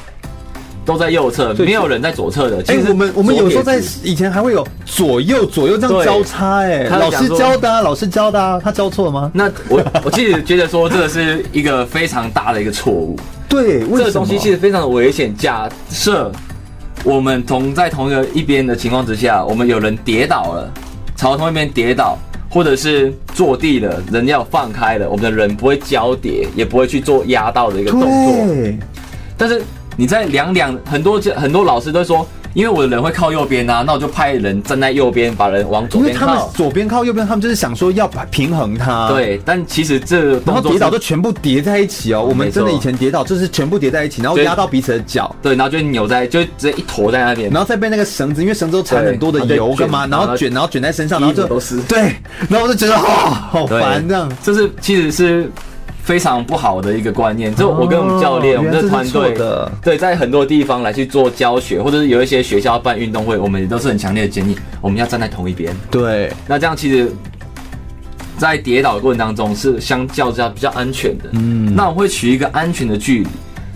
都在右侧，
所以
没有人在左侧的。其
哎、
实
我们我们有时候在
左撇子
以前还会有左右左右这样
对
交叉、哎，
他就
老
讲
师
说
教的、啊，老师教的、啊，他教错了吗？
那我我自己觉得说这个是一个非常大的一个错误，
对， 为
这个
什么
东西其实非常的危险。假设我们同在同一个一边的情况之下，我们有人跌倒了，朝同一边跌倒。或者是坐地了，人要放开了，我们的人不会交叠，也不会去做压到的一个动作。
对，
但是你在两两很多很多老师都说，因为我的人会靠右边啊，那我就派人站在右边，把人往左
因为
边
他们
靠。
左边靠右边，他们就是想说要把平衡它。。
对，但其实这个
然
动
后
作
跌倒
是
就全部叠在一起哦，我们
没错
真的以前跌倒就是全部叠在一起，然后
对
压到彼此的脚，
对，然后就扭在，就直接一坨在那边。
然后再被那个绳子，因为绳子都缠
啊对
很多的
然后再
油干嘛，
卷
然后
然后
卷，然后卷在身上，
衣
然后
服
就
都是
对，然后我就觉得哦，好
对
烦这样。
这是其实是非常不好的一个观念。就我跟我们教练、
哦
我们的团
原来这是
队
错的，
对，在很多地方来去做教学，或者是有一些学校办运动会，我们也都是很强烈的建议，我们要站在同一边。
对，
那这样其实，在跌倒的过程当中是相较之下比较安全的。嗯，那我会取一个安全的距离。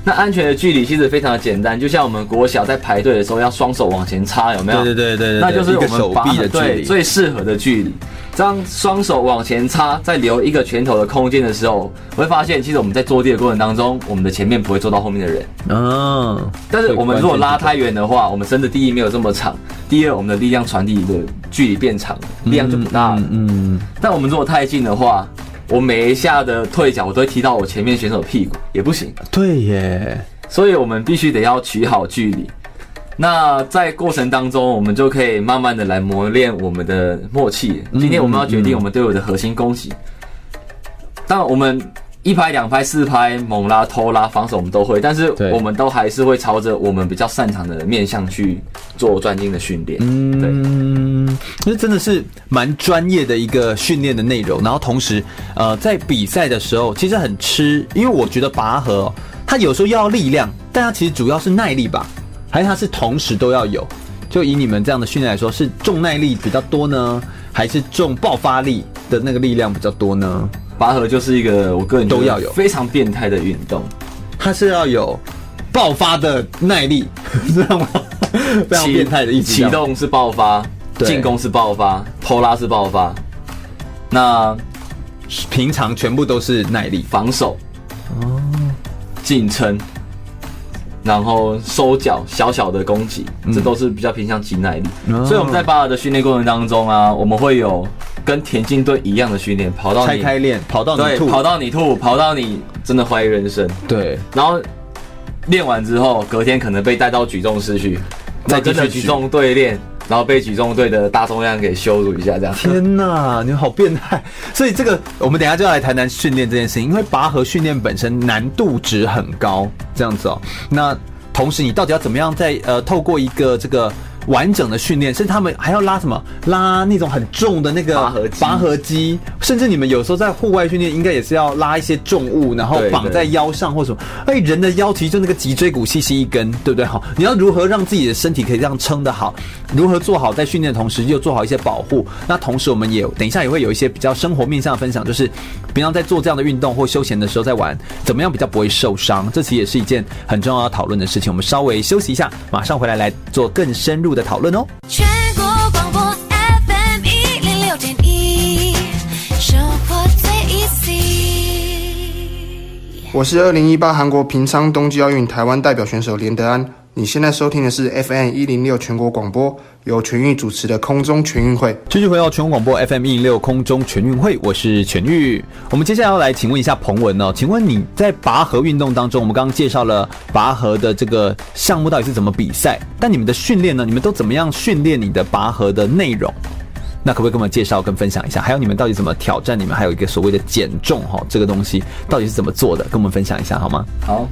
那安全的距离其实非常的简单，就像我们国小在排队的时候要双手往前插，有没有？
对对对对对对
那就是
一
我
个
们
手
拔
臂的距
对
离
最适合的距离。这样双手往前插，再留一个拳头的空间的时候，我会发现，其实我们在坐地的过程当中，我们的前面不会坐到后面的人。
嗯，
但是我们如果拉
它，
太远的话，我们身的第一没有这么长，第二我们的力量传递的距离变长，力量就不大了。
嗯，
但我们如果太近的话，我每一下的退脚，我都会踢到我前面选手的屁股，也不行。
对耶，
所以我们必须得要取好距离。那在过程当中，我们就可以慢慢的来磨练我们的默契。今天我们要决定我们队伍的核心攻击。当然，我们一拍、两拍、四拍、猛拉、偷拉、防守我们都会，但是
对
我们都还是会朝着我们比较擅长的面向去做专精的训练。嗯，对。
嗯，那真的是蛮专业的一个训练的内容。然后同时，呃，在比赛的时候，其实很吃，因为我觉得拔河、哦、它有时候要力量，但它其实主要是耐力吧，还是它是同时都要有。就以你们这样的训练来说，是重耐力比较多呢，还是重爆发力的那个力量比较多呢？
拔河就是一个我个人觉得
都要有
非常变态的运动，
它是要有爆发的耐力， 知道吗？非常
启
变态的意思。
启动是爆发，
对
进攻是爆发，偷拉是爆发。那
平常全部都是耐力。
防守，哦，进撑，然后收脚，小小的攻击，这都是比较偏向肌耐力。
嗯哦
所以我们在巴尔的训练过程当中啊，我们会有跟田径队一样的训练，跑到
拆
你
开练，跑到你
对，
吐，
跑到你吐，跑到你真的怀疑人生。
对，
然后练完之后，隔天可能被带到举重室去，
再
再
继续
跟着举重队练，然后被举重队的大重量给羞辱一下，这样。
天呐，你好变态！所以这个我们等一下就要来谈谈训练这件事情，因为拔河训练本身难度值很高，这样子哦。那同时你到底要怎么样在呃透过一个这个完整的训练，甚至他们还要拉什么拉那种很重的那个
拔河机
拔河机，甚至你们有时候在户外训练应该也是要拉一些重物，然后
对
绑在
对
腰上或什么。哎，人的腰其实就那个脊椎骨细细一根，对不对？好，你要如何让自己的身体可以这样撑得好？如何做好在训练的同时又做好一些保护？那同时我们也有等一下也会有一些比较生活面向的分享，就是平常在做这样的运动或休闲的时候在玩，怎么样比较不会受伤？这其实也是一件很重要要讨论的事情。我们稍微休息一下，马上回来来做更深入的讨论哦。
全国广播
我是二零一八韩国平昌冬季奥运台湾代表选手连德安。你现在收听的是 FM 一零六全国广播，由全运主持的空中全运会。
继续回到全国广播 FM 一零六空中全运会，我是全玉。我们接下来要来请问一下彭文哦，请问你在拔河运动当中，我们刚刚介绍了拔河的这个项目到底是怎么比赛，但你们的训练呢？你们都怎么样训练你的拔河的内容？那可不可以跟我们介绍跟分享一下？还有你们到底怎么挑战？你们还有一个所谓的减重哈、这个东西到底是怎么做的？跟我们分享一下好吗？
好，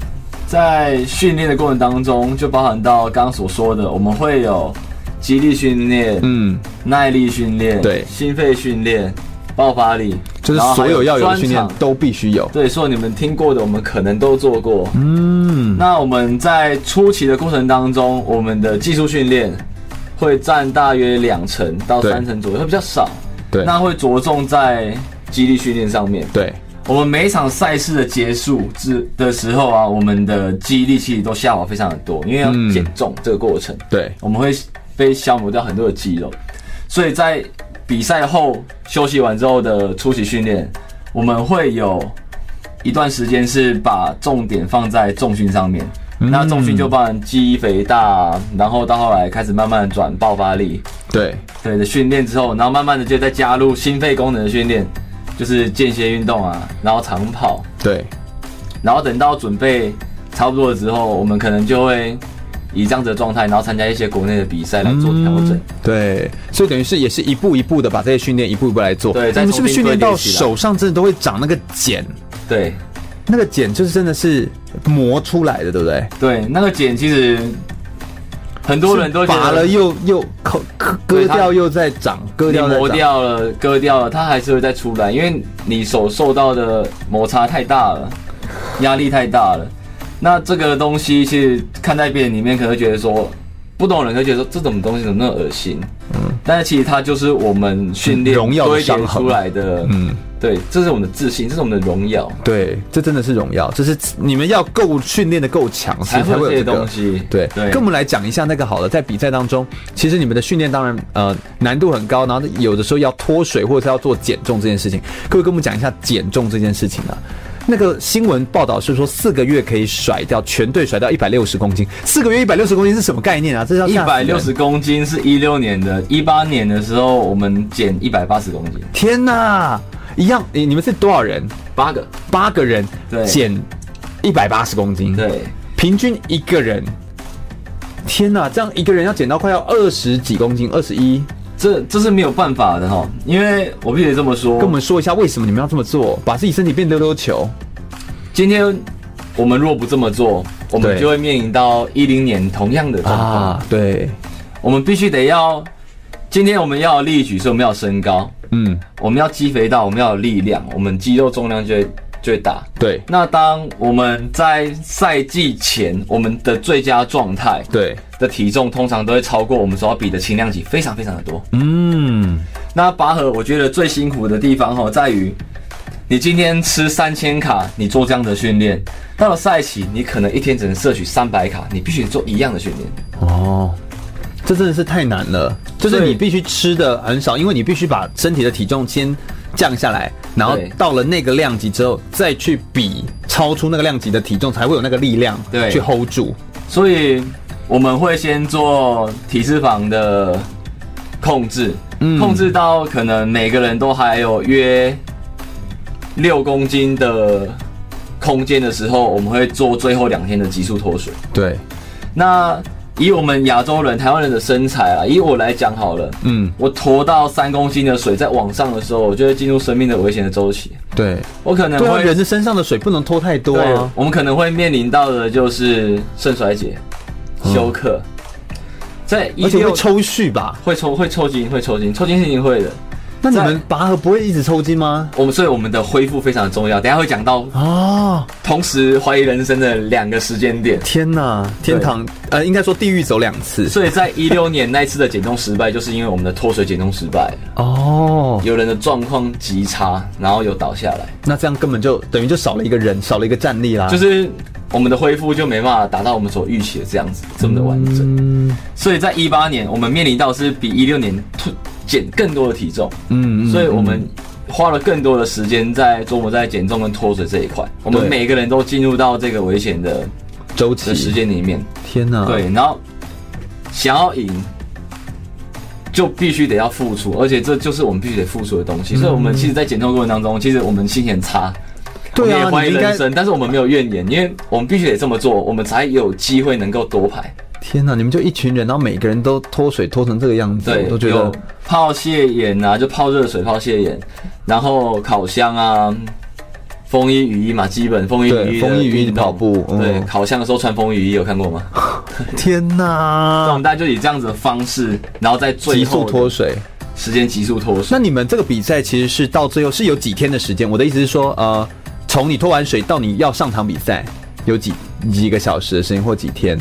在训练的过程当中，就包含到刚刚所说的，我们会有肌力训练、
嗯，
耐力训练、
对
心肺训练、爆发力，
就是
然后
所
还
有要有的
专
训练
场
都必须有。
对，所以你们听过的，我们可能都做过。嗯，那我们在初期的过程当中，我们的技术训练会占大约两成到
对
三成左右，会比较少。
对
那会着重在肌力训练上面。
对，
我们每一场赛事的结束之的时候啊，我们的肌力其实都下滑非常的多，因为要
嗯
减重这个过程，
对
我们会被消磨掉很多的肌肉，所以在比赛后休息完之后的初期训练，我们会有一段时间是把重点放在重训上面。那重训就包含肌肥大，然后到后来开始慢慢地转爆发力，
对，
对的训练之后，然后慢慢的就再加入心肺功能的训练，就是间歇运动啊，然后长跑，
对，
然后等到准备差不多了之后，我们可能就会以这样子的状态，然后参加一些国内的比赛来做调整。
嗯对，所以等于是也是一步一步的把这些训练一步一步来做。
对
你
再
们是不是
重新
训练到
堆叠起来
手上真的都会长那个茧？
对
那个茧就是真的是磨出来的，对不对？
对，那个茧其实很多人都
是
觉
拔
得
了又又割割割
对它
掉又再长，割
你
掉再
磨
长。
掉了、割掉了，它还是会再出来，因为你手受到的摩擦太大了，压力太大了。那这个东西其实看在别人里面，可能会觉得说，不懂的人会觉得说这种东西怎么那么恶心？嗯，但是其实它就是我们训练
荣耀的
堆叠
伤痕
出来的，
嗯
嗯，对，这是我们的自信，这是我们的荣耀，
对，这真的是荣耀，就是你们要够训练的够强，所以
才
才
会
会有这
有这些
个
东西。
对，
对，
跟我们来讲一下那个好了，在比赛当中，其实你们的训练当然呃难度很高，然后有的时候要脱水或者是要做减重这件事情，可不可以跟我们讲一下减重这件事情啊？那个新闻报道是说四个月可以甩掉全队甩掉一百六十公斤，四个月一百六十公斤是什么概念啊？这叫
一
吓死
百
人
六十！公斤是一六年的，一八年的时候我们减一百八十公斤，
天哪，一样，你你们是多少人？
八个，
八个人
对
减一百八十公斤，
对。
平均一个人。天哪，这样一个人要减到快要二十几公斤，二十一，
这这是没有办法的哈，因为我必须得这么说。
跟我们说一下为什么你们要这么做，把自己身体变溜溜球。
今天我们若不这么做，我们
对
就会面临到一零年同样的状况。
啊，对，
我们必须得要，今天我们要有力举，所以我们要有身高，
嗯，
我们要肌肥大，我们要有力量，我们肌肉重量就会就会大。
对，
那当我们在赛季前，我们的最佳状态
对，
的体重通常都会超过我们所要比的轻量级，非常非常的多。
嗯，
那拔河我觉得最辛苦的地方哈、在于你今天吃三千卡，你做这样的训练，到了赛期你可能一天只能摄取三百卡，你必须做一样的训练。
哦，这真的是太难了，就是
对
你必须吃的很少，因为你必须把身体的体重先降下来，然后
对
到了那个量级之后，再去比超出那个量级的体重，才会有那个力量
对
去 hold 住。
所以我们会先做体脂肪的控制，控制到可能每个人都还有约六公斤的空间的时候，我们会做最后两天的急速脱水。
对，
那以我们亚洲人、台湾人的身材啊，以我来讲好了，
嗯，
我驮到三公斤的水在往上的时候，我就会进入生命的危险的周期。
对，
我可能
对啊，
会
人的身上的水不能拖太多
对
啊。
我们可能会面临到的就是肾衰竭、休克，在一
而且会
六
抽搐吧？
会抽会抽筋，会抽筋，抽筋是一定会的。
那你
在
们拔河不会一直抽筋吗？
我们所以我们的恢复非常重要，等一下会讲到
哦，
同时怀疑人生的两个时间点。
天哪，天堂呃，应该说地狱走两次
所以在一六年那一次的减重失败，就是因为我们的脱水减重失败了。
哦。
有人的状况极差，然后有倒下来，
那这样根本就等于就少了一个人，少了一个战力啦。
就是我们的恢复就没办法达到我们所预期的这样子这么的完整。
嗯
所以在一八年，我们面临到是比一六年突减更多的体重，
嗯
所以我们花了更多的时间在琢磨在减重跟脱水这一块。我们
对
每个人都进入到这个危险的
周
的时
期，
间里面，
天哪，
对，然后想要赢，就必须得要付出，而且这就是我们必须得付出的东
嗯
西。所以，我们其实，在减重过程当中，其实我们心情很差，
对啊
我们也怀疑
你应该
人生，但是我们没有怨言，因为我们必须得这么做，我们才有机会能够夺牌。
天哪，你们就一群人，然后每个人都脱水脱成这个样子，
对，
我都觉
有
得
泡蟹眼啊，就泡热水泡蟹眼，然后烤箱啊。风衣雨衣嘛，基本风衣
对
雨衣的运动，
风衣雨衣跑步嗯
对，烤箱的时候穿风衣雨衣，有看过 吗？
天
那我
哪
们，大家就以这样子的方式，然后在最
急
后
速
的
脱水。
时间急速脱
那
水。
你们这个比赛其实是到最后是有几天的时间？我的意思是说，呃，从你脱完水到你要上场比赛，有几几个小时的时间或几天？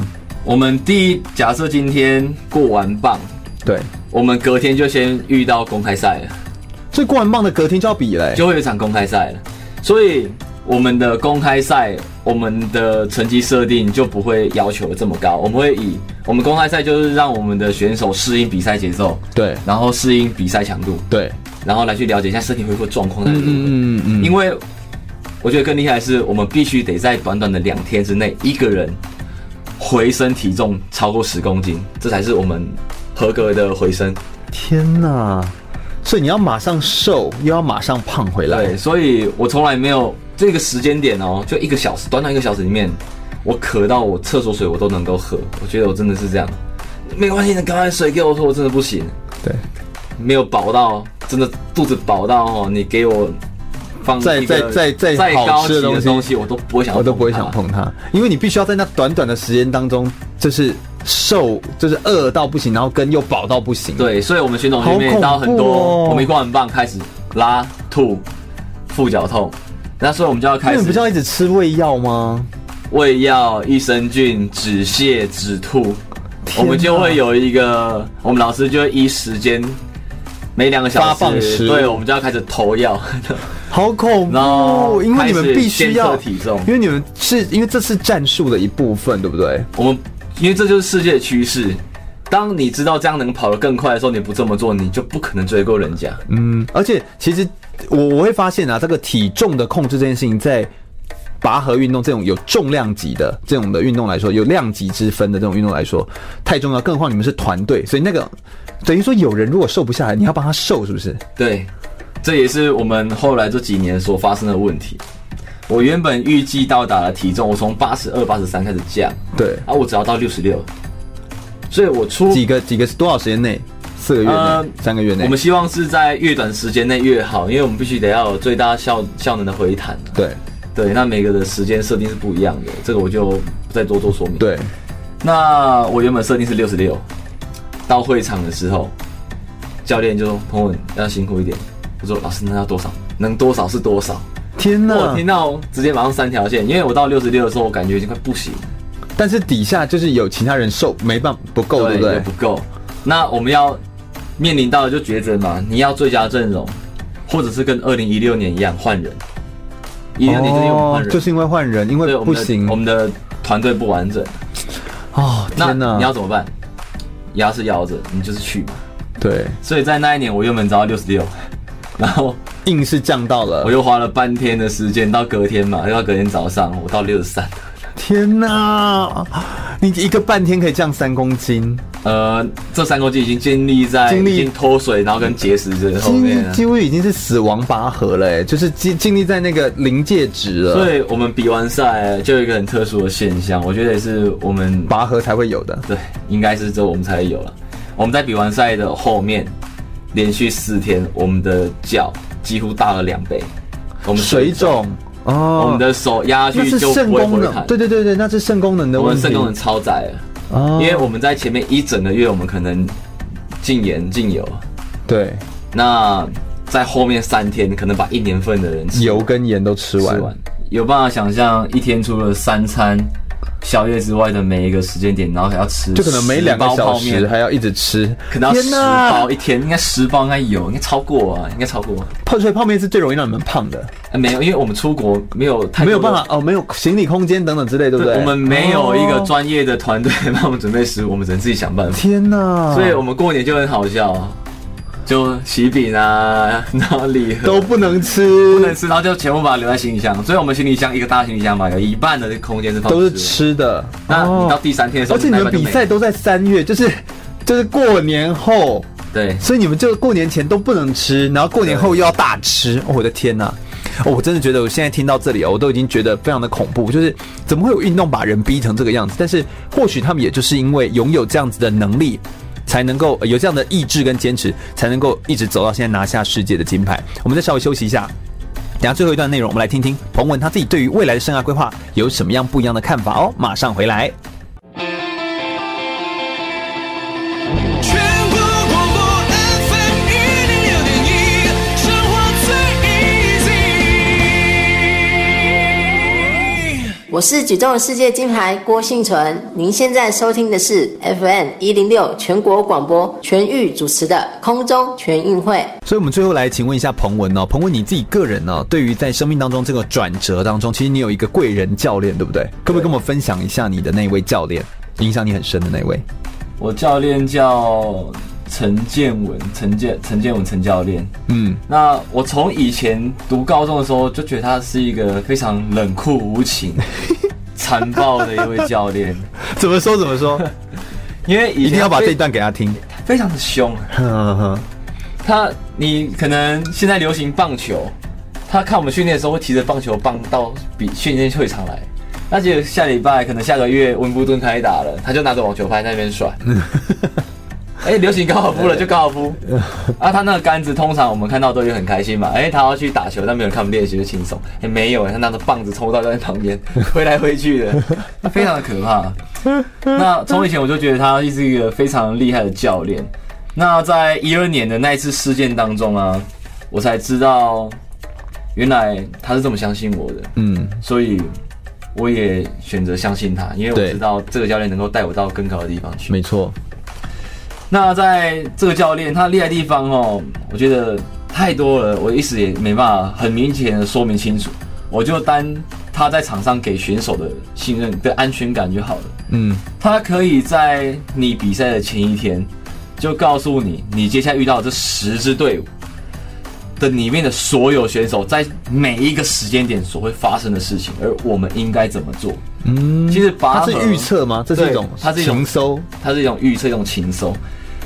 我们第一假设今天过完磅，
对，
我们隔天就先遇到公开赛了，
所以过完棒的隔天就要比了、欸，
就会有一场公开赛了。所以我们的公开赛，我们的成绩设定就不会要求得这么高，我们会以我们公开赛就是让我们的选手适应比赛节奏，
对
然后适应比赛强度，
对，
然后来去了解一下身体恢复状况在如
嗯
何。
嗯嗯嗯，
因为我觉得更厉害的是，我们必须得在短短的两天之内，一个人回升体重超过十公斤，这才是我们合格的回升。
天哪！所以你要马上瘦，又要马上胖回来
对，，所以我从来没有这个时间点哦，就一个小时，短短一个小时里面，我渴到我厕所水我都能够喝，我觉得我真的是这样。没关系，你刚才水给我喝，我真的不行，
对，
没有饱到，真的肚子饱到哦，你给我放
再
一个
再再再
再
好
高
吃的
级的
东西
东西，我都不会想，
我都不会想。碰它，因为你必须要在那短短的时间当中，就是瘦，就是饿到不行，然后跟又饱到不行，，
对，所以我们选手
好
里面
恐怖
也到很多，
哦
我们一罐很棒开始拉吐、腹绞痛，那所以我们就要开
那你不是要
始
一直吃胃药吗？
胃药、益生菌、止泻、止吐，
天
我
哪
们就会有一个，我们老师就会依时间。每两个
发
小
放食
时，
物
对，我们就要开始投药。
好恐
然后
怖！因为你们必须要
开始监测体重
因为你们是因为这是战术的一部分，对不对？
我们因为这就是世界的趋势。当你知道这样能跑得更快的时候，你不这么做，你就不可能追过人家。
嗯，而且其实我我会发现啊，这个体重的控制这件事情，在拔河运动这种有重量级的这种的运动来说，有量级之分的这种运动来说太重要，更何况你们是团队，所以那个等于说有人如果瘦不下来，你要帮他瘦，是不是？
对，这也是我们后来这几年所发生的问题。我原本预计到达的体重，我从八十二、八十三开始降，
对，
啊，我只要到六十六，所以我出
几个几个多少时间内？四个月内、
哦呃
三个月内
我们？希望是在越短时间内越好，因为我们必须得要有最大效效能的回弹。
对
对，那每个的时间设定是不一样的，这个我就不再多做说明。，
对，
那我原本设定是六十六，到会场的时候，教练就说：“彭文要辛苦一点。”我说：“老师，那要多少？能多少是多少。”
天哪！
我听到直接马上三条线，因为我到六十六的时候，我感觉已经快不行，
但是底下就是有其他人瘦，没办法不够，对不
也
对
不？够。那我们要面临到的就抉择嘛，你要最佳阵容，或者是跟二零一六年一样换人。一六年就是因为我们换
哦
人，，
就是因为换人，因
对
为
我
不
们的
行
我们的团队不完整。
哦，
那
天哪！
你要怎么办？牙是咬着，你就是去嘛。
对，
所以在那一年，我原本只要六十六， 然后
硬是降到了
我，又花了半天的时间，到隔天嘛，又到隔天早上，我到六十三。
天哪！你一个半天可以降三公斤，
呃，这三公斤已经建立在
经历
已经脱水，然后跟节食这后面
几
了。
几乎已经是死亡拔河了，哎，就是尽尽力在那个临界值了
所，以我们比完赛就有一个很特殊的现象，我觉得也是我们
拔河才会有的。
对，应该是这我们才有了。我们在比完赛的后面，连续四天，我们的脚几乎大了两倍，我们
水肿哦，
我们的手压下
那
去
是
就
肾
不会
功
回
能，
弹，
对对对对，那是肾功能的
我
问
们
题。
肾功能超载了，
哦，
因为我们在前面一整个月，我们可能禁盐禁油，
对
那在后面三天可能把一年份的人吃
油跟盐都吃完
吃，完，有办法想象一天除了三餐、宵夜之外的每一个时间点，然后还要吃，
就可能每两个小时，还要一直吃。
可能要
天
十
哪
包一天，应该十包应该有，应该超过啊，应该超过、啊
泡水泡面是最容易让你们胖的，
哎没有，因为我们出国没有太多的
没有办法。哦，没有行李空间等等之类，对不
对
对？
我们没有一个
哦
专业的团队帮我们准备食物，我们只能自己想办法。
天哪！
所以我们过年就很好笑啊，就喜饼啊，然后礼盒
都不能吃，
不能吃，然后就全部把它留在行李箱。所以我们行李箱一个大行李箱嘛，有一半的空间是放
都是
物。
吃的。
那你到
哦，
第三天的时候，
而且你
那一
们
半就
比
没
赛都在三月，就是就是过年后，
对，
所以你们就过年前都不能吃，然后过年后又要大吃。哦、我的天呐、哦我真的觉得我现在听到这里哦，我都已经觉得非常的恐怖，就是怎么会有运动把人逼成这个样子？但是或许他们也就是因为拥有这样子的能力。才能够呃有这样的意志跟坚持，才能够一直走到现在拿下世界的金牌。我们再稍微休息一下，等一下最后一段内容，我们来听听彭文他自己对于未来的生涯规划有什么样不一样的看法哦。马上回来。
全国广播 FM 一零六点一，生活最 easy。
我是举重世界金牌郭幸存，您现在收听的是 FM 一零六全国广播全域主持的空中全运会。
所以，我们最后来请问一下彭文哦，彭文你自己个人呢、哦对于在生命当中这个转折当中，其实你有一个贵人教练，对不对？可不可以跟我们分享一下你的那位教练，影响你很深的那位？
我教练叫陈建文，陈建陈建文陈教练。
嗯，
那我从以前读高中的时候就觉得他是一个非常冷酷无 情、残暴的一位教练，
怎么说怎么说，
因为以前
一定要把这
非
一段给他听。
非常的凶。啊
哼哼，
他你可能现在流行棒球，他看我们训练的时候会提着棒球棒到比训练会场来。那就下礼拜可能下个月温布顿开打了，他就拿着网球拍在那边甩。哎、流行高尔夫了就高尔夫，啊，他那个杆子通常我们看到都会很开心嘛。哎、他要去打球，但没有人看我们练习就轻松。哎、没有、他拿着棒子抽到在旁边，挥来挥去的，非常的可怕。那从以前我就觉得他是一个非常厉害的教练。那在一二年的那一次事件当中啊，我才知道，原来他是这么相信我的，
嗯，
所以我也选择相信他，因为
对
我知道这个教练能够带我到更高的地方去。
没错，
那在这个教练他厉害的地方哦，我觉得太多了，我一时也没办法很明显的说明清楚，我就单他在场上给选手的信任跟安全感就好了。
嗯，
他可以在你比赛的前一天就告诉你，你接下来遇到这十支队伍的里面的所有选手，在每一个时间点所会发生的事情，而我们应该怎么做。嗯，其实拔
他
河
是预，测吗？这是一种
对它是一种
情搜，
它是一种预测，一种情搜。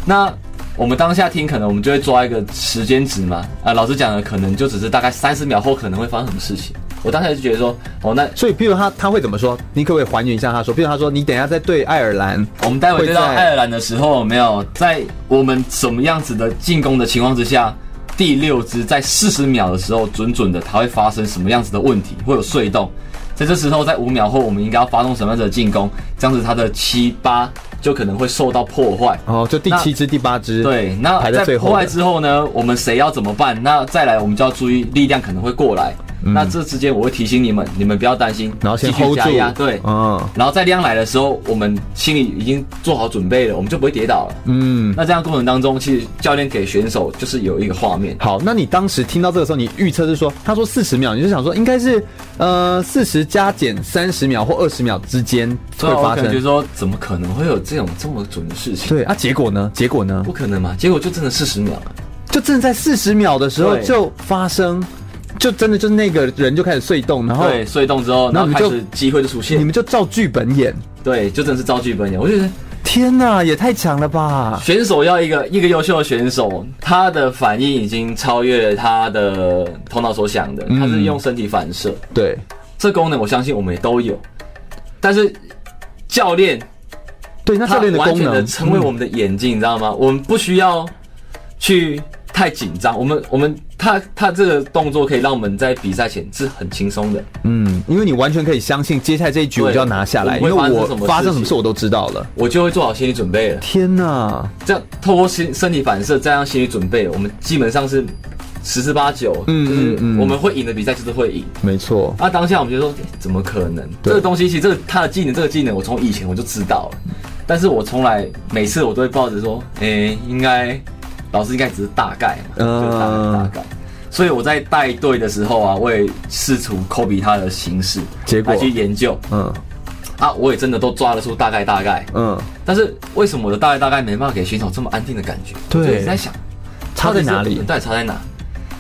那我们当下听，可能我们就会抓一个时间值嘛。啊，老师讲的可能就只是大概三十秒后可能会发生什么事情。我当下就觉得说，哦，那
所以，譬如他他会怎么说？你可不可以还原一下他说？譬如他说你等一下再对爱尔兰，
我们待会对到
会在
爱尔兰的时候，有没有在我们什么样子的进攻的情况之下，第六支在四十秒的时候准准的，它会发生什么样子的问题，会有隧洞。在这时候，在五秒后，我们应该要发动什么样子的进攻？这样子，它的七八就可能会受到破坏。
哦，就第七支、第八支，
对，那
排在最
在
后
破
的
坏之后呢，我们谁要怎么办？那再来，我们就要注意力量可能会过来。那这之间我会提醒你们，你们不要担心，
嗯然后先
继续
hold
加
住
压，对，
嗯
然后在量来的时候，我们心里已经做好准备了，我们就不会跌倒了。
嗯。
那这样过程当中，其实教练给选手就是有一个画面，
好，那你当时听到这个时候，你预测是说，他说四十秒，你就想说应该是呃四十加减三十秒或二十秒之间
所
会
以啊我
发
可能觉
生。
得说，怎么可能会有这种这么准的事情？
对啊，结果呢？结果呢
不？可能嘛！结果就真的四十秒了。
就正在四十秒的时候
对
就发生，就真的就是那个人就开始碎动，然后
对，隧洞之后，
哦那
然
你
后
们就
开始机会就出
你
现。
们就照剧本演。
对，就真的是造剧本演。我觉得
天哪，也太强了吧！
选手要一个一个优秀的选手，他的反应已经超越了他的头脑所想的，
嗯
他是用身体反射。
对，
这功能我相信我们也都有，但是教练
对，那
他
教练的
完
功
全的
能
成为我们的眼睛，你知道吗？我们不需要去太紧张，我们我们他他这个动作可以让我们在比赛前是很轻松的。
嗯，因为你完全可以相信接下来这一局我就要拿下来，因
对
为
我们会
我
发生什么事
发生什么
情
事我都知道了。
我就会做好心理准备了，
天哪，
这样透过心身体反射，这样心理准备，我们基本上是十之八九，
嗯
嗯
嗯嗯
嗯，我们会赢的比赛就是会赢。
没错，
那啊当下我们就说，诶怎么可能？
对
这个东西其实这个他的技能，这个技能我从以前我就知道了，但是我从来每次我都会抱着说，诶、应该老师应该只是大概嘛，
嗯
就是大概大概。所以我在带队的时候啊，我也试图抠比他的形式，
结果
来去研究
嗯
啊，我也真的都抓得出大概大概。
嗯。
但是为什么我的大概大概没办法给选手这么安定的感觉？
对
我就一直在想，
差在哪里？
到底差在哪？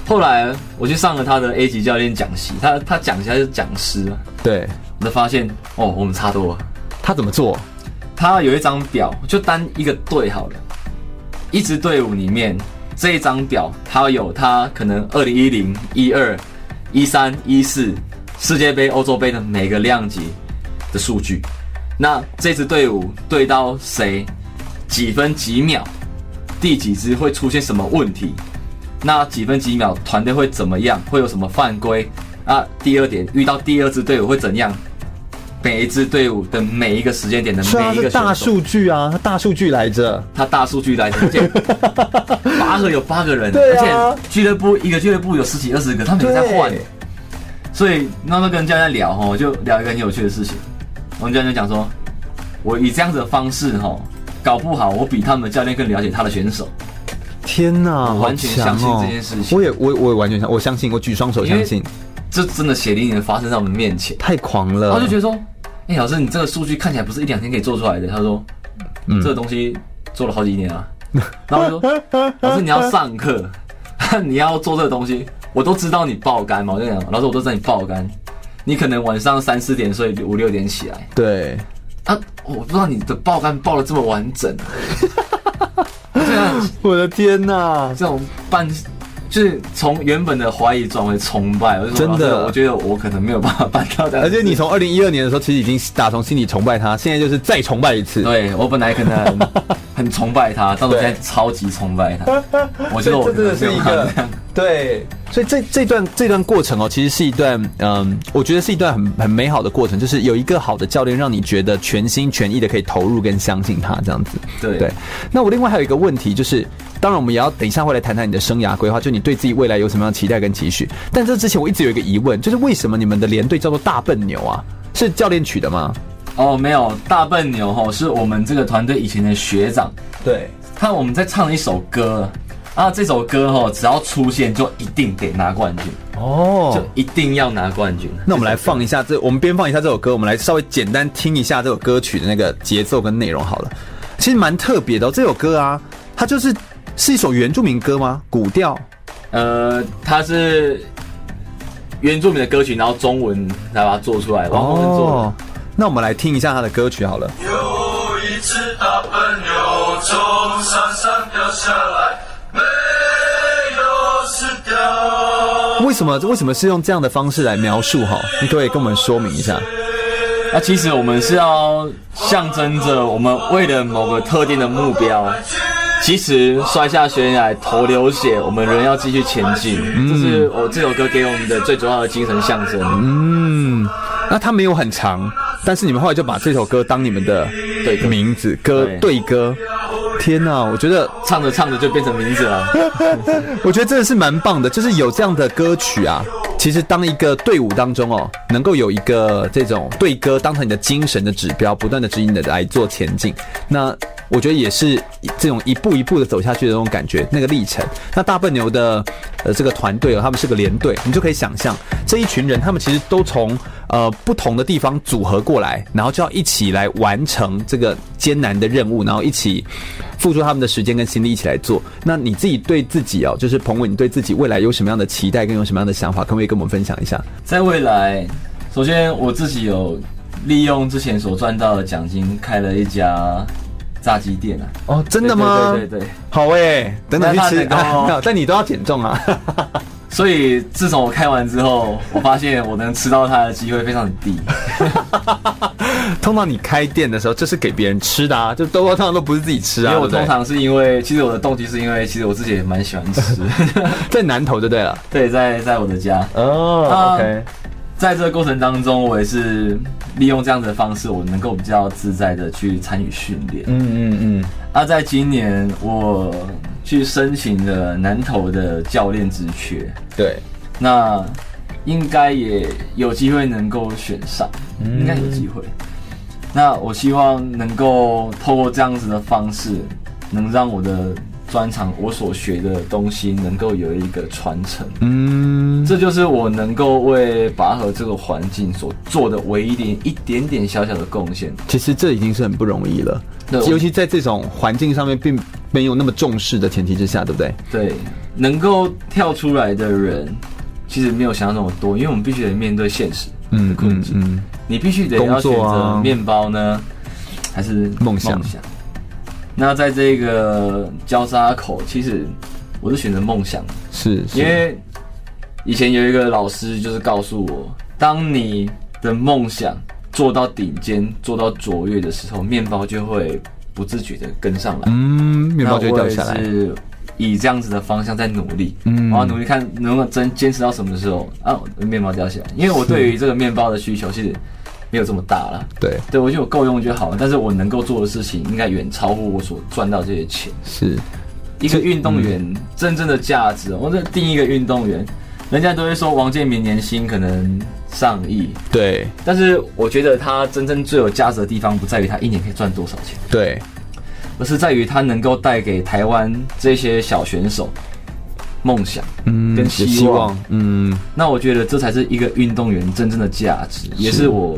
后来我去上了他的 A 级教练讲习，他他讲习他是讲师啊，
对
我就发现哦，我们差多了。
他怎么做？
他有一张表，就单一个队好了，一支队伍里面这一张表，它有它可能二零一零、一二、一三、一四世界杯、欧洲杯的每个量级的数据。那这支队伍对到谁，几分几秒，第几支会出现什么问题？那几分几秒团队会怎么样？会有什么犯规？啊，第二点，遇到第二支队伍会怎样？每一支队伍的每一个时间点的
是啊，
每一
是
个
大
选手
数据啊，他大数据来着。
他大数据来 推荐，八个有八个人，
对啊
而且俱乐部一个俱乐部有十几二十个，他每天在换
对，
所以慢慢跟教练聊哦，就聊一个很有趣的事情。我们教练就讲说，我以这样子的方式哈，搞不好我比他们教练更了解他的选手，
天哪，
我
好
完全
强
相信
哦！
这件事情
我也我我也完全相我相信，我举双手
因为
相信，
这真的血淋淋的发生在我们面前。
太狂
然
了。
后就觉得说，哎、老师，你这个数据看起来不是一两天可以做出来的。他说，
嗯
这个东西做了好几年啊。然后我就说，老师你要上课， 你要做这个东西，我都知道你爆肝嘛。我就讲，老师我都知道你爆肝，你可能晚上三四点睡，五六点起来
对，
啊，我不知道你的爆肝爆的这么完整。对啊，
我的天哪！
这种半。就是从原本的怀疑转为崇拜，我就说
真的
老师我觉得我可能没有办法办到这样子。
而且你从二零一二年的时候，其实已经打从心里崇拜他，现在就是再崇拜一次。
对我本来可能很很崇拜他，但我现在超级崇拜他。我
所
觉
以
得我
这真的是一个对，所以这这段这段过程哦，其实是一段嗯，我觉得是一段很很美好的过程，就是有一个好的教练，让你觉得全心全意的可以投入跟相信他这样子。
对
对，那我另外还有一个问题就是，当然我们也要等一下会来谈谈你的生涯规划，就你对自己未来有什么样的期待跟期许。但这之前我一直有一个疑问，就是为什么你们的连队叫做大笨牛啊？是教练取的吗？
哦，没有大笨牛吼，是我们这个团队以前的学长，
对，
他我们在唱一首歌啊，这首歌吼只要出现就一定得拿冠军，
哦
就一定要拿冠军。
那我们来放一下这，我们边放一下这首歌，我们来稍微简单听一下这首歌曲的那个节奏跟内容好了。其实蛮特别的、哦，这首歌啊，它就是是一首原住民歌吗？古调
呃，它是原住民的歌曲，然后中文来把它做出来，王宏文做的。。
那我们来听一下它的歌曲好了。
有一只大笨牛从山上掉下来，没有死掉。
为什么为什么是用这样的方式来描述哈？你可不可以跟我们说明一下？
那其实我们是要象征着我们为了某个特定的目标，其实摔下悬崖头流血，我们仍要继续前进。这是我这首歌给我们的最主要的精神象征。
嗯，那它没有很长，但是你们后来就把这首歌当你们的
对歌
名字歌
对
对歌。天哪，我觉得
唱着唱着就变成名字了。
我觉得真的是蛮棒的，就是有这样的歌曲啊。其实当一个队伍当中哦，能够有一个这种对歌当成你的精神的指标，不断的指引你的来做前进，那我觉得也是这种一步一步的走下去的那种感觉，那个历程。那大笨牛的呃这个团队哦，他们是个连队，你就可以想象这一群人，他们其实都从呃不同的地方组合过来，然后就要一起来完成这个艰难的任务，然后一起付出他们的时间跟心力一起来做。那你自己对自己哦，就是彭伟，你对自己未来有什么样的期待，跟有什么样的想法，可不可以跟我们分享一下？
在未来，首先我自己有利用之前所赚到的奖金，开了一家炸鸡店啊。
哦，真
对
的吗？
对对对对。
好诶、等等去吃
那他能够
啊但你都要减重啊。
所以自从我开完之后，我发现我能吃到它的机会非常低。
通常你开店的时候，这是给别人吃的啊，就都通常都不是自己吃啊。
因为我
对
通
不对
常是因为，其实我的动机是因为，其实我自己也蛮喜欢吃。
在南头就对了。
对，在在我的家，
哦、
啊
o k
在这个过程当中，我也是利用这样子的方式，我能够比较自在的去参与训练。
嗯嗯嗯，
啊，在今年我去申请了南投的教练职缺，
对，
那应该也有机会能够选上，应该有机会。那我希望能够透过这样子的方式，能让我的专长、我所学的东西能够有一个传承。
嗯，
这就是我能够为拔河这个环境所做的唯一点一点点小小的贡献。
其实这已经是很不容易了
对，我
尤其在这种环境上面并没有那么重视的前提之下，对不对？
对，能够跳出来的人，其实没有想象那么多，因为我们必须得面对现实的控制。
嗯，
你必须得
工
要选
作啊
择面包呢，还是
梦想
那在这个交叉口，其实我是选择梦想，
是，是
因为以前有一个老师就是告诉我，当你的梦想做到顶尖、做到卓越的时候，面包就会不自觉的跟上来。
嗯，面
那
包
我
就
也
会掉下来。
是以这样子的方向在努力，
嗯
我要努力看能不能真坚持到什么时候啊，我的面包掉下来。因为我对于这个面包的需求其实没有这么大了，
对，
对我觉得我够用就好了。但是我能够做的事情应该远超乎我所赚到这些钱。
是，
一个运动员真正的价值哦，我这定一个运动员，人家都会说王建民年薪可能上亿，
对，
但是我觉得他真正最有价值的地方不在于他一年可以赚多少钱。
对，
而是在于他能够带给台湾这些小选手梦想，
嗯，
跟
有
希
希
望
望，嗯，
那我觉得这才是一个运动员真正的价值，也是我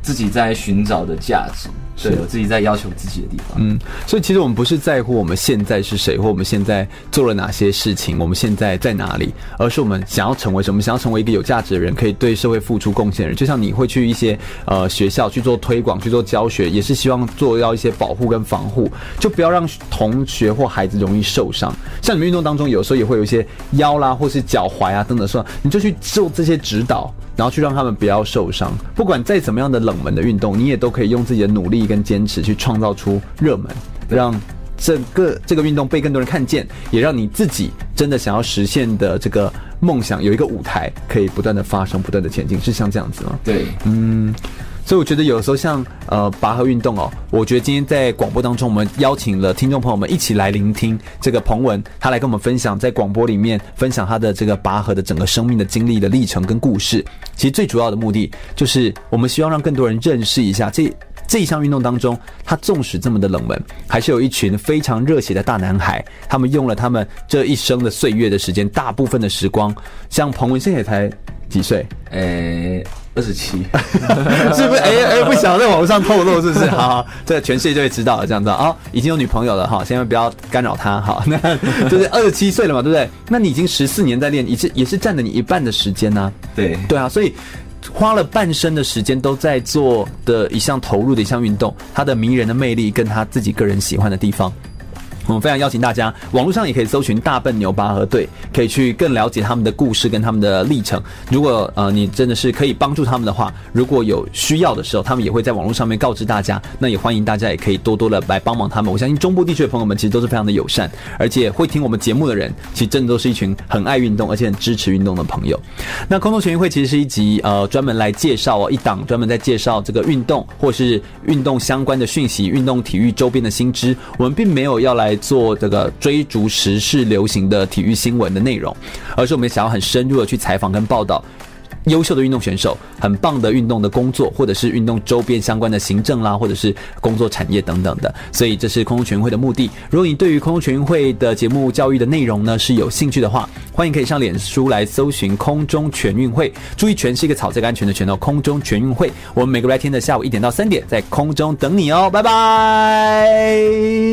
自己在寻找的价值，对我自己在要求自己的地方。
嗯，所以其实我们不是在乎我们现在是谁，或我们现在做了哪些事情，我们现在在哪里，而是我们想要成为什么，想要成为一个有价值的人，可以对社会付出贡献的人。就像你会去一些呃学校去做推广、去做教学，也是希望做到一些保护跟防护，就不要让同学或孩子容易受伤。像你们运动当中，有时候也会有一些腰啦，或是脚踝啊等等受伤，你就去做这些指导。然后去让他们不要受伤。不管再怎么样的冷门的运动，你也都可以用自己的努力跟坚持去创造出热门，让整个这个运动被更多人看见，也让你自己真的想要实现的这个梦想有一个舞台，可以不断的发生，不断的前进，是像这样子吗？
对，
所以我觉得有时候像呃拔河运动哦，我觉得今天在广播当中，我们邀请了听众朋友们一起来聆听这个彭文，他来跟我们分享在广播里面分享他的这个拔河的整个生命的经历的历程跟故事。其实最主要的目的就是我们希望让更多人认识一下这。这一项运动当中，它纵使这么的冷门，还是有一群非常热血的大男孩，他们用了他们这一生的岁月的时间，大部分的时光，像彭文现在也才几岁，
诶、二十七，
是不是？哎、哎、不想在网络上透露，是不是？好，好这全世界就会知道了，这样子啊、哦，已经有女朋友了哈，千万不要干扰她哈。那 就是二十七岁了嘛，对不对？那你已经十四年在练，也是也是占了你一半的时间呢、
对，
对啊，所以花了半生的时间都在做的一项投入的一项运动，它的迷人的魅力跟他自己个人喜欢的地方。我们非常邀请大家，网络上也可以搜寻大笨牛拔河队，可以去更了解他们的故事跟他们的历程。如果呃你真的是可以帮助他们的话，如果有需要的时候，他们也会在网络上面告知大家。那也欢迎大家也可以多多的来帮忙他们。我相信中部地区的朋友们其实都是非常的友善，而且会听我们节目的人，其实真的都是一群很爱运动而且很支持运动的朋友。那空中全运会其实是一集呃专门来介绍哦，一档专门在介绍这个运动或是运动相关的讯息、运动体育周边的新知。我们并没有要来做这个追逐时事流行的体育新闻的内容，而是我们想要很深入的去采访跟报道。优秀的运动选手，很棒的运动的工作，或者是运动周边相关的行政啦，或者是工作产业等等的。所以这是空中全运会的目的。如果你对于空中全运会的节目教育的内容呢是有兴趣的话，欢迎可以上脸书来搜寻“空中全运会”，注意“全”是一个草这个安全的“全”哦，空中全运会。我们每个礼拜天的下午一点到三点在空中等你哦，拜拜。